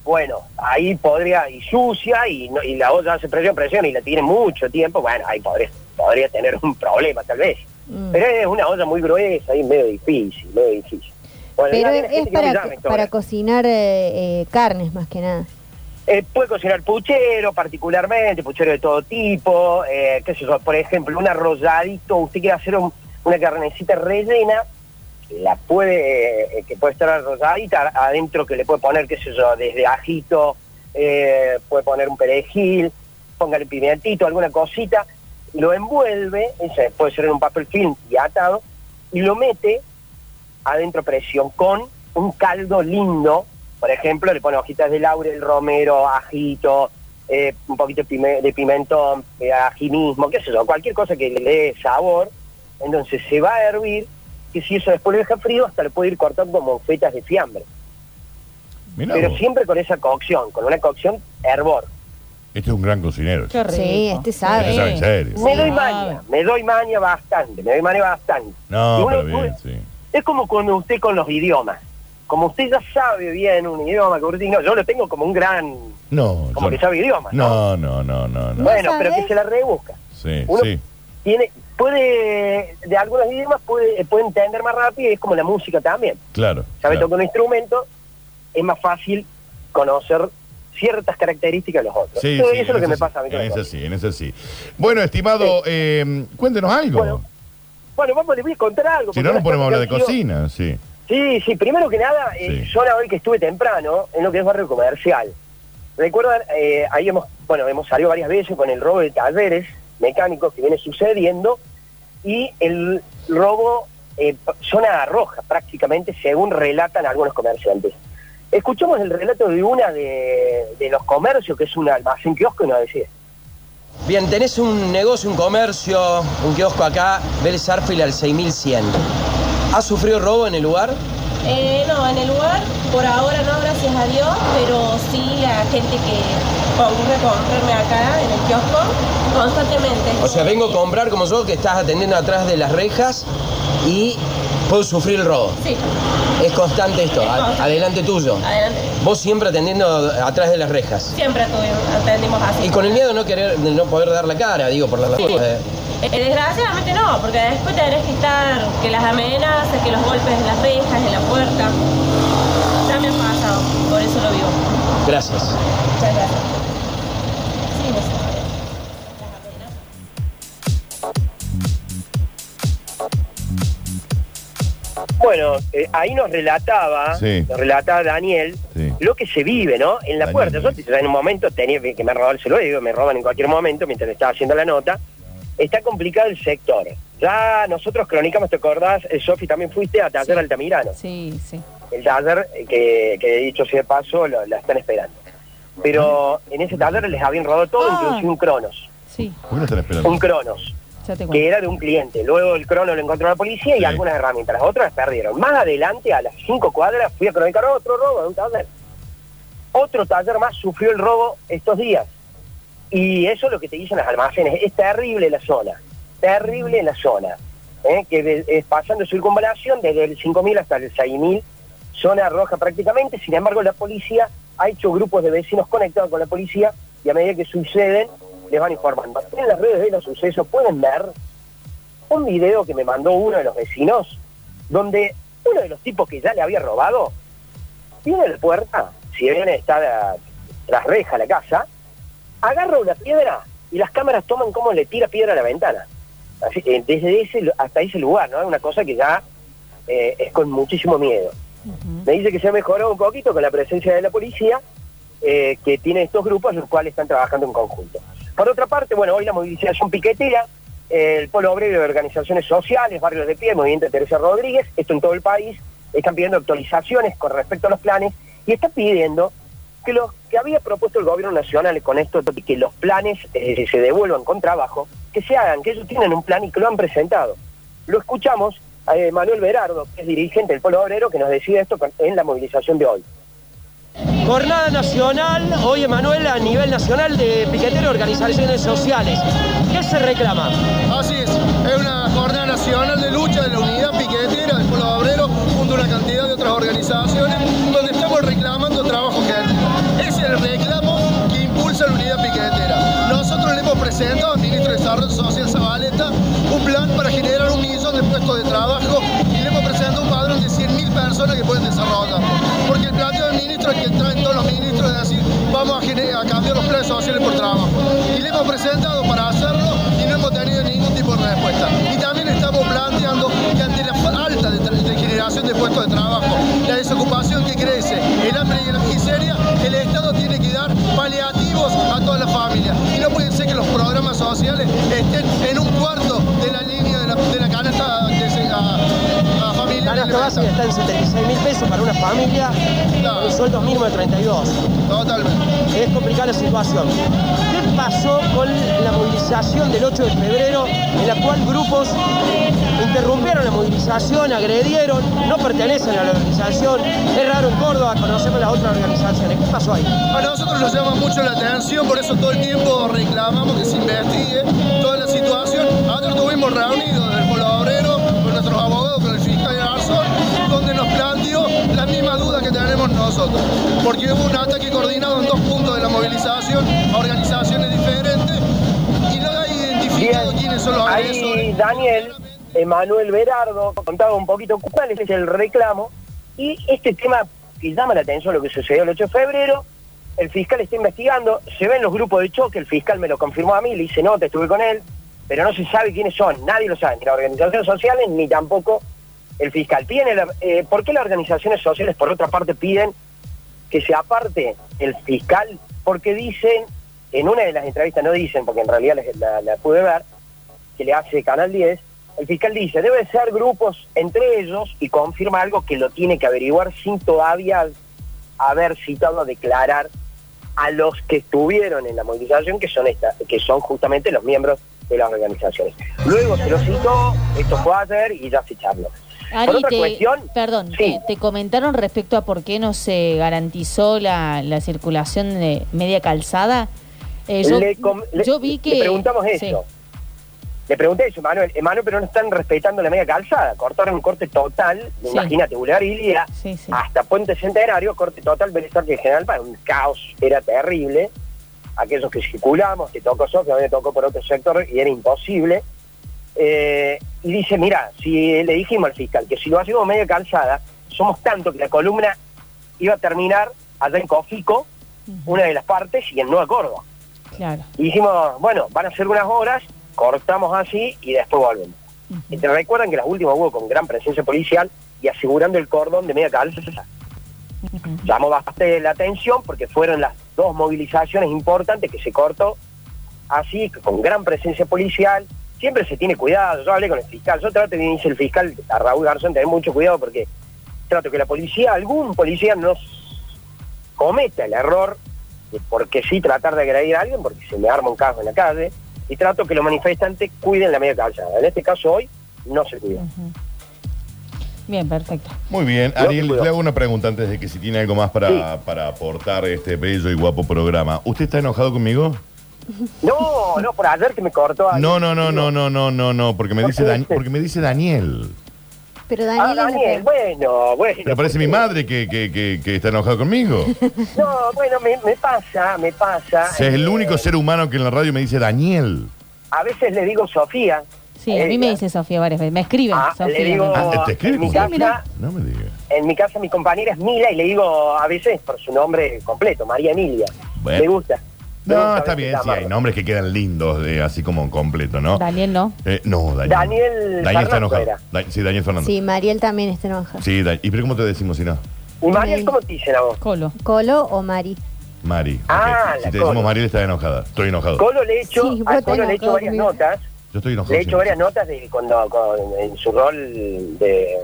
M: bueno, ahí podría, y sucia, y, no- y la olla hace presión, presión, y la tiene mucho tiempo, bueno, ahí podría, podría tener un problema tal vez.
K: Mm.
M: Pero es una olla muy gruesa y medio difícil, medio difícil. Bueno,
K: Pero
M: la- la gente
K: es
M: que no me
K: para,
M: llame,
K: para cocinar eh, eh, carnes más que nada.
M: Eh, puede cocinar puchero particularmente, puchero de todo tipo, eh, qué sé yo, por ejemplo, un arrolladito, usted quiere hacer un- una carnecita rellena, la puede, eh, que puede estar arrolladita, a- adentro que le puede poner, qué sé yo, desde ajito, eh, puede poner un perejil, póngale pimentito, alguna cosita, lo envuelve, ese puede ser en un papel film y atado, y lo mete adentro a presión con un caldo lindo, por ejemplo, le pone hojitas de laurel, romero, ajito, eh, un poquito de, pime- de pimentón, eh, ají mismo, qué sé yo, cualquier cosa que le dé sabor, entonces se va a hervir, y si eso después lo deja frío, hasta le puede ir cortando monfetas de fiambre.
J: Mirá
M: Pero
J: vos.
M: siempre con esa cocción, con una cocción hervor.
J: Este es un gran cocinero.
K: Sí, este sabe.
J: Este sabe en serio.
M: Me doy maña, me doy maña bastante, me doy maña bastante. Y
J: No,
M: uno
J: pero bien, sí.
M: Es como cuando usted con los idiomas. Como usted ya sabe bien un idioma, que usted- no, yo lo tengo como un gran,
J: No,
M: como
J: yo-
M: que sabe idiomas.
J: no, no, no, no, no.
M: Bueno, pero que se la rebusca.
J: Sí,
M: uno-
J: sí.
M: Tiene, puede, de algunos idiomas puede, puede entender más rápido y es como la música también.
J: Claro.
M: Sabe
J: claro.
M: tocar un instrumento, es más fácil conocer ciertas características de los otros.
J: Sí,
M: Eso,
J: sí,
M: eso es lo
J: en
M: que me
J: ese-
M: pasa a mí. con
J: En
M: el
J: ese sí, en ese sí. Bueno, estimado, eh, cuéntenos algo.
M: Bueno, vamos, les voy a contar algo.
J: si
M: porque
J: no, nos
M: las
J: ponemos a hablar de
M: cosas que han sido-
J: cocina, sí.
M: Sí, sí, primero que nada, eh, yo la hoy que estuve temprano en lo que es barrio comercial. Recuerdan, eh, ahí hemos, bueno, hemos salido varias veces con el robo de talleres mecánicos que viene sucediendo y el robo eh, p- zona roja prácticamente, según relatan algunos comerciantes. Escuchamos el relato de una de, de los comercios, que es un almacén kiosco, y nos decía.
N: Bien, tenés un negocio, un comercio, un kiosco acá, Vélez Arfield al 6100. ¿Has sufrido robo en el lugar?
O: Eh, no, en el lugar por ahora no, gracias a Dios, pero sí la gente que concurre a comprarme acá en el kiosco constantemente.
N: O sea, vengo a comprar como yo, que estás atendiendo atrás de las rejas y puedo sufrir el robo.
O: Sí,
N: Es constante esto, a- adelante tuyo.
O: adelante.
N: Vos siempre atendiendo atrás de las rejas.
O: Siempre tuvimos, atendimos así.
N: Y con el miedo de no querer, de no poder dar la cara, digo, por la
O: Sí. Eh, desgraciadamente no, porque después tenés que estar que las amenazas, que los golpes en las rejas, en la puerta. Ya me ha pasado, por eso lo vivo.
N: Gracias.
O: Muchas gracias. Sí, no sé.
M: Bueno, eh, ahí nos relataba,
J: Sí.
M: nos relataba Daniel, lo que se vive, ¿no? En la puerta. Yo te- en un momento tenía que que me robar el celular, digo, me roban en cualquier momento mientras estaba haciendo la nota. Está complicado el sector. Ya nosotros cronicamos, ¿te acordás? Eh, Sofi, también fuiste a Taller Altamirano.
L: Sí, sí.
M: El taller eh, que, que dicho sea de paso, lo- la están esperando. Pero en ese taller les habían robado todo,
L: Ah.
M: inclusive un Cronos.
L: Sí,
J: ¿Por qué no están esperando?
M: Un Cronos
L: ya te
M: que
L: cuento.
M: era de un cliente. Luego el crono lo encontró la policía y algunas herramientas. Las otras las perdieron. Más adelante, a las cinco cuadras, fui a cronicar otro robo de un taller. Otro taller más sufrió el robo estos días. Y eso es lo que te dicen las almacenes. Es terrible la zona. Terrible la zona. ¿eh? Que de- es pasando circunvalación desde el 5.000 hasta el 6.000, zona roja prácticamente. Sin embargo, la policía ha hecho grupos de vecinos conectados con la policía y a medida que suceden, les van informando. En las redes de los sucesos pueden ver un video que me mandó uno de los vecinos, donde uno de los tipos que ya le había robado, viene a la puerta, si bien está la- tras reja la casa, agarra una piedra y las cámaras toman cómo le tira piedra a la ventana. Así, eh, desde ese lu- hasta ese lugar, ¿no? Es una cosa que ya eh, es con muchísimo miedo. Me dice que se ha mejorado un poquito con la presencia de la policía, eh, que tiene estos grupos, los cuales están trabajando en conjunto. Por otra parte, bueno, hoy la movilización piquetera, eh, el Polo Obrero de Organizaciones Sociales, Barrios de Pie, Movimiento de Teresa Rodríguez, esto en todo el país, están pidiendo actualizaciones con respecto a los planes y están pidiendo que los que había propuesto el gobierno nacional con esto, de que los planes eh, se devuelvan con trabajo, que se hagan, que ellos tienen un plan y que lo han presentado. Lo escuchamos a eh, Manuel Berardo, que es dirigente del Polo Obrero, que nos decía esto con- en la movilización de hoy.
N: Jornada nacional, hoy Emanuel, a nivel nacional de piqueteros, organizaciones sociales. ¿Qué se reclama?
P: Así es, es una jornada nacional de lucha de la unidad piquetera del pueblo obrero junto a una cantidad de otras organizaciones donde estamos reclamando trabajo que es el reclamo que impulsa la unidad piquetera. Nosotros le hemos presentado al ministro de Desarrollo Social Zabaleta un plan para generar un millón de puestos de trabajo y le hemos presentado un padrón de 100.000 personas que pueden desarrollar. Porque el planteo del ministro es que traen todos los ministros es decir, vamos a, gener- a cambiar los planes sociales por trabajo. Y le hemos presentado para hacerlo y no hemos tenido ningún tipo de respuesta. Y también estamos planteando que ante la falta de, tra- de generación de puestos de trabajo, la desocupación que crece, el hambre y la miseria, el Estado tiene que dar paliativos a todas las familias. Y no puede ser que los programas sociales estén en un cuarto de la línea de la, de la canasta que se, a- a familiar
N: La canasta básica está en 76 mil pesos para una familia con un sueldo mínimo de 32. Totalmente. Es complicada la situación. ¿Qué pasó con la movilización del 8 de febrero en la cual grupos interrumpieron la movilización, agredieron, no pertenecen a la organización? Es raro en Córdoba, conocemos las otras organizaciones. ¿Qué pasó ahí?
P: A nosotros nos llama mucho la atención, por eso todo el tiempo reclamamos que se investigue toda la situación. Ayer estuvimos reunidos del Polo Obrero con nuestros abogados, con el fiscal Garzón, donde nos planteó las mismas dudas que tenemos nosotros. Porque hubo un ataque coordinado en dos puntos de la movilización a organizaciones diferentes y no hay identificado quiénes son los agresores.
B: ¿eh?
M: Ahí Daniel, Emanuel Berardo, contaba un poquito cuál es el reclamo y este tema que llama la atención lo que sucedió el 8 de febrero, el fiscal está investigando, se ven los grupos de choque, el fiscal me lo confirmó a mí, le hice nota, estuve con él, pero no se sabe quiénes son, nadie lo sabe, ni las organizaciones sociales ni tampoco el fiscal. Tiene la- eh, ¿Por qué las organizaciones sociales, por otra parte, piden que se aparte el fiscal? Porque dicen, en una de las entrevistas no dicen, porque en realidad les- la- la pude ver, que le hace Canal 10, el fiscal dice, debe ser grupos entre ellos y confirma algo que lo tiene que averiguar sin todavía haber citado a declarar a los que estuvieron en la movilización, que son esta, que son justamente los miembros de las organizaciones. Luego se lo citó, esto fue ayer y ya se charló. Por
Q: Ari,
M: otra
Q: te-
M: cuestión,
Q: perdón, te, te comentaron respecto a por qué no se garantizó la, la circulación de media calzada. Eh, yo,
M: le com- le-
Q: yo vi que...
M: le preguntamos eso. Le pregunté eso, Manuel, Emanuel, pero no están respetando la media calzada. Cortaron un corte total,
Q: Sí.
M: imagínate, Boulevard Ilia, hasta Puente Centenario, corte total, Belezar que en general para un caos, era terrible. Aquellos que circulamos, que tocó Sofía, a mí me tocó por otro sector y era imposible. Eh, y dice, mira, si le dijimos al fiscal que si lo hacemos media calzada, somos tanto que la columna iba a terminar allá en Cofico, una de las partes, y en Nueva Córdoba.
Q: Sí, claro.
M: Y dijimos, bueno, van a ser unas horas, cortamos así y después volvemos. Y te recuerdan que las últimas hubo con gran presencia policial y asegurando el cordón de media calza. Llamó bastante la atención porque fueron las dos movilizaciones importantes que se cortó así, con gran presencia policial. Siempre se tiene cuidado, yo hablé con el fiscal, yo trato, y dice el fiscal, a Raúl Garzón, tener mucho cuidado porque trato que la policía, algún policía no cometa el error de porque sí tratar de agredir a alguien, porque se me arma un caso en la calle, y trato que los manifestantes cuiden la media calzada. En este caso hoy no se cuidó.
Q: Bien, perfecto.
J: Muy bien, Ariel, le hago una pregunta antes de que si tiene algo más para, para aportar a este bello y guapo programa. ¿Usted está enojado conmigo?
M: No, no, por ayer que me cortó. alguien.
J: No, no, no, no, no, no, no, no, porque me dice, Dan- porque me dice Daniel.
K: Pero Daniel,
M: Ah, Daniel, bueno, bueno.
J: Pero parece mi madre que, que- que- que está enojado conmigo.
M: No, bueno, me, me pasa, me pasa. Eh,
J: O sea, es el único ser humano que en la radio me dice Daniel.
M: A veces le digo Sofía.
Q: Sí, a mí me dice Sofía varias veces. Me escriben, Sofía.
M: Eh, le digo,
J: Ah, ¿te escribe
M: en mi
J: como-
M: casa,
J: No me digas.
M: en mi casa mi compañera es Mila y le digo a veces por su nombre completo, María Emilia.
J: Bueno.
M: Me gusta.
J: No, está bien, sí, hay nombres que quedan lindos, eh, así como completo, ¿no?
Q: Daniel no.
J: Eh, no, Daniel.
M: Daniel
J: Daniel está
M: Fernando
J: enojado.
M: era.
J: Da- sí, Daniel Fernando.
K: sí, Mariel también está enojada.
J: Sí, Da- ¿Y pero cómo te decimos si no?
M: ¿Y
K: Eh,
M: Mariel cómo te dicen a vos?
Q: Colo.
K: ¿Colo o Mari?
J: Mari. ok.
M: Ah,
J: si
M: la
J: te
M: Colo.
J: decimos Mariel, está enojada. Estoy enojado.
M: Colo le he hecho,
K: Sí,
M: a
K: vos
M: Colo le he hecho
K: tenés
M: varias notas.
J: Yo estoy enojado.
M: Le he hecho varias notas de cuando con- en su rol de,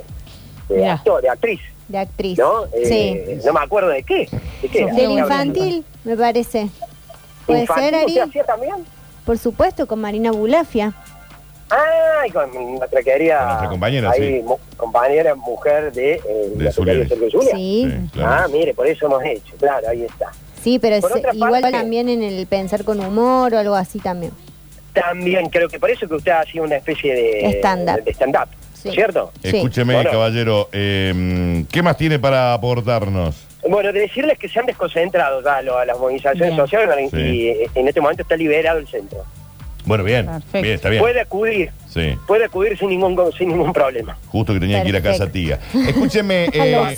M: de
K: Mirá.
M: actor, de actriz.
K: De actriz.
M: ¿No?
K: Sí.
M: Eh, No me acuerdo de qué. ¿De qué era?
K: Del infantil, me parece. ¿Puede
M: ¿Infantil
K: ser, Ari?
M: usted hacía también?
K: Por supuesto, con Marina Bulafia.
M: Ay, con nuestra querida.
J: nuestra compañera,
M: ahí,
J: sí.
M: mu- compañera, mujer de. eh, la secretaria
J: Zulia Díaz.
M: Sergio Zulia.
K: Sí.
J: claro.
M: Ah, mire, por eso hemos hecho. Claro, ahí está.
K: Sí, pero
M: Por
K: es-
M: otra
K: igual
M: parte-
K: también en el pensar con humor o algo así también.
M: También creo que por eso que usted ha sido una especie de.
K: Stand-up.
M: De stand-up. ¿Cierto?
J: Escúcheme,
M: Bueno,
J: caballero, eh, ¿qué más tiene para aportarnos?
M: Bueno, de decirles que se han desconcentrado ya lo- las movilizaciones sociales y eh, en este momento está liberado el centro.
J: Bueno, bien, bien, está bien.
M: Puede acudir,
J: Sí,
M: puede acudir sin ningún go- sin ningún problema.
J: justo que tenía que ir a casa tía. Escúcheme, eh,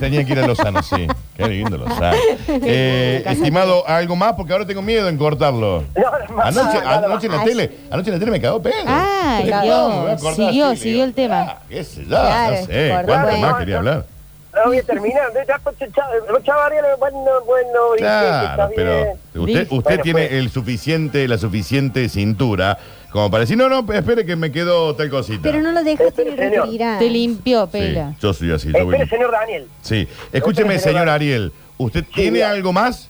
J: tenía que ir a Lozano, sí. Qué lindo Lozano. Eh, estimado, ¿algo más? Porque ahora tengo miedo en cortarlo. Anoche,
L: nada más.
J: anoche en la
L: Ay.
J: tele, anoche en la tele me cagó pedo.
L: Ah,
J: Sí, no, me voy a
L: Dios.
J: cortar
L: Siguió,
J: así,
L: siguió el tema.
J: qué sé yo,
L: Claro,
J: no sé,
L: cortá,
J: cuánto
L: bueno.
J: más quería hablar.
M: No voy a terminar. Ya, pues, cha- cha- Chavarría, bueno, bueno, dice que está
J: Claro, pero
M: bien.
J: usted, usted
M: Bueno,
J: tiene
M: pues,
J: el suficiente, la suficiente cintura como para decir, no, no, espere que me quedo tal cosita.
K: Pero no lo dejaste ni
M: señor.
K: retirar.
L: Te limpió,
J: Sí,
L: pela.
J: yo soy así, yo voy-
M: Espere, señor Daniel,
J: Sí, escúcheme, señor Ariel, ¿usted tiene
M: mira.
J: algo más?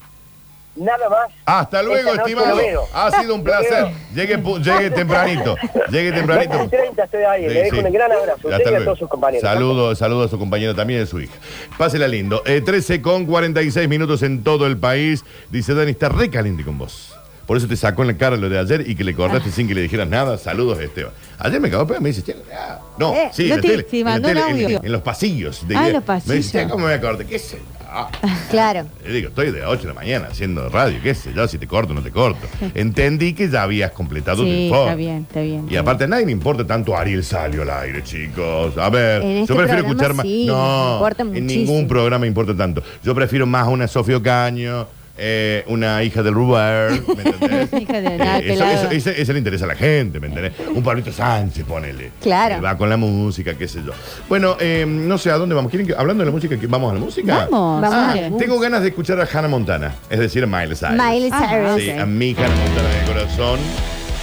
M: nada más.
J: Hasta luego,
M: Esta noche
J: estimado. Ah,
M: lo veo.
J: Ha sido un
M: Lo
J: placer.
M: veo.
J: Llegue, pu- llegue tempranito. Llegue tempranito.
M: 30 estoy ahí.
J: Sí,
M: Le dejo
J: sí.
M: un gran abrazo. a
J: Hasta
M: Usted y a
J: luego.
M: todos sus compañeros.
J: Saludo, saludo a su compañero también y a su hija. Pásela lindo. Eh, 13 con 46 minutos en todo el país. Dice Dani, está re caliente con vos. Por eso te sacó en la cara lo de ayer y que le cortaste
L: Ah.
J: sin que le dijeras nada. Saludos, Esteban. Ayer me cagó, pero me dice, "Che, ah, no,
L: Eh,
J: sí,
L: no
J: en la
L: te-
J: tele,
L: te
J: en, la
L: mandó
J: tele,
L: un
J: en-
L: audio.
J: en los pasillos. de-
L: Ah, en los
J: Me
L: pasillos.
J: dice, "Che, ¿cómo me voy a cortar? ¿Qué sé? Ah.
K: Claro.
J: Le digo, estoy de las 8 de la mañana haciendo radio, qué sé yo, si te corto o no te corto. Entendí que ya habías completado tu
L: Sí,
J: informe.
L: está bien, está bien.
J: Y aparte a nadie le importa tanto Ariel salió al aire, chicos. A ver,
K: En este
J: yo prefiero
K: programa
J: escuchar más.
K: sí, nos
J: no,
K: importa
J: en
K: muchísimo.
J: ningún programa importa tanto. Yo prefiero más una Sofía Caño, una hija del Ruber. ¿me entendés?
L: Hija de nada,
J: Eh, eso,
L: pelado.
J: eso- ese, ese le interesa a la gente, ¿me entendés? Un Pablito Sánchez, ponele.
L: Claro.
J: Que va con la música, qué sé yo. Bueno, eh, no sé a dónde vamos. ¿Quieren que, hablando de la música, que vamos a la música?
K: Vamos. Vamos
J: Ah,
K: a la música.
J: tengo ganas de escuchar a Hannah Montana, es decir, a Miley Cyrus.
K: Miley Cyrus.
J: Sí,
K: Ah, ok.
J: a mi Hannah Montana de corazón.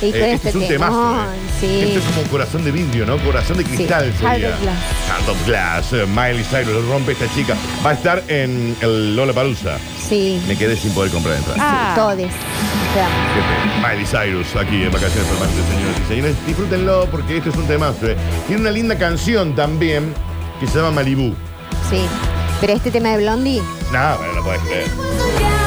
K: Y
J: Eh,
K: con
J: este
K: este
J: es un
K: temón,
J: temazo. eh.
K: sí.
J: Esto es como corazón de vidrio, ¿no? Corazón de cristal
K: Sí,
J: sería.
K: Heart of Glass.
J: Heart of Glass. eh, Miley Cyrus lo rompe esta chica. Va a estar en el Lola Palusa.
K: Sí.
J: Me quedé sin poder comprar entradas.
Q: Ah.
K: Todes. Ah.
J: Qué pena. Miley Cyrus aquí en Vacaciones Permanentes, señores y señores. Disfrútenlo porque este es un temazo. eh. Tiene una linda canción también que se llama Malibu.
K: Sí. Pero este tema de Blondie.
J: Nada, no lo puedes creer.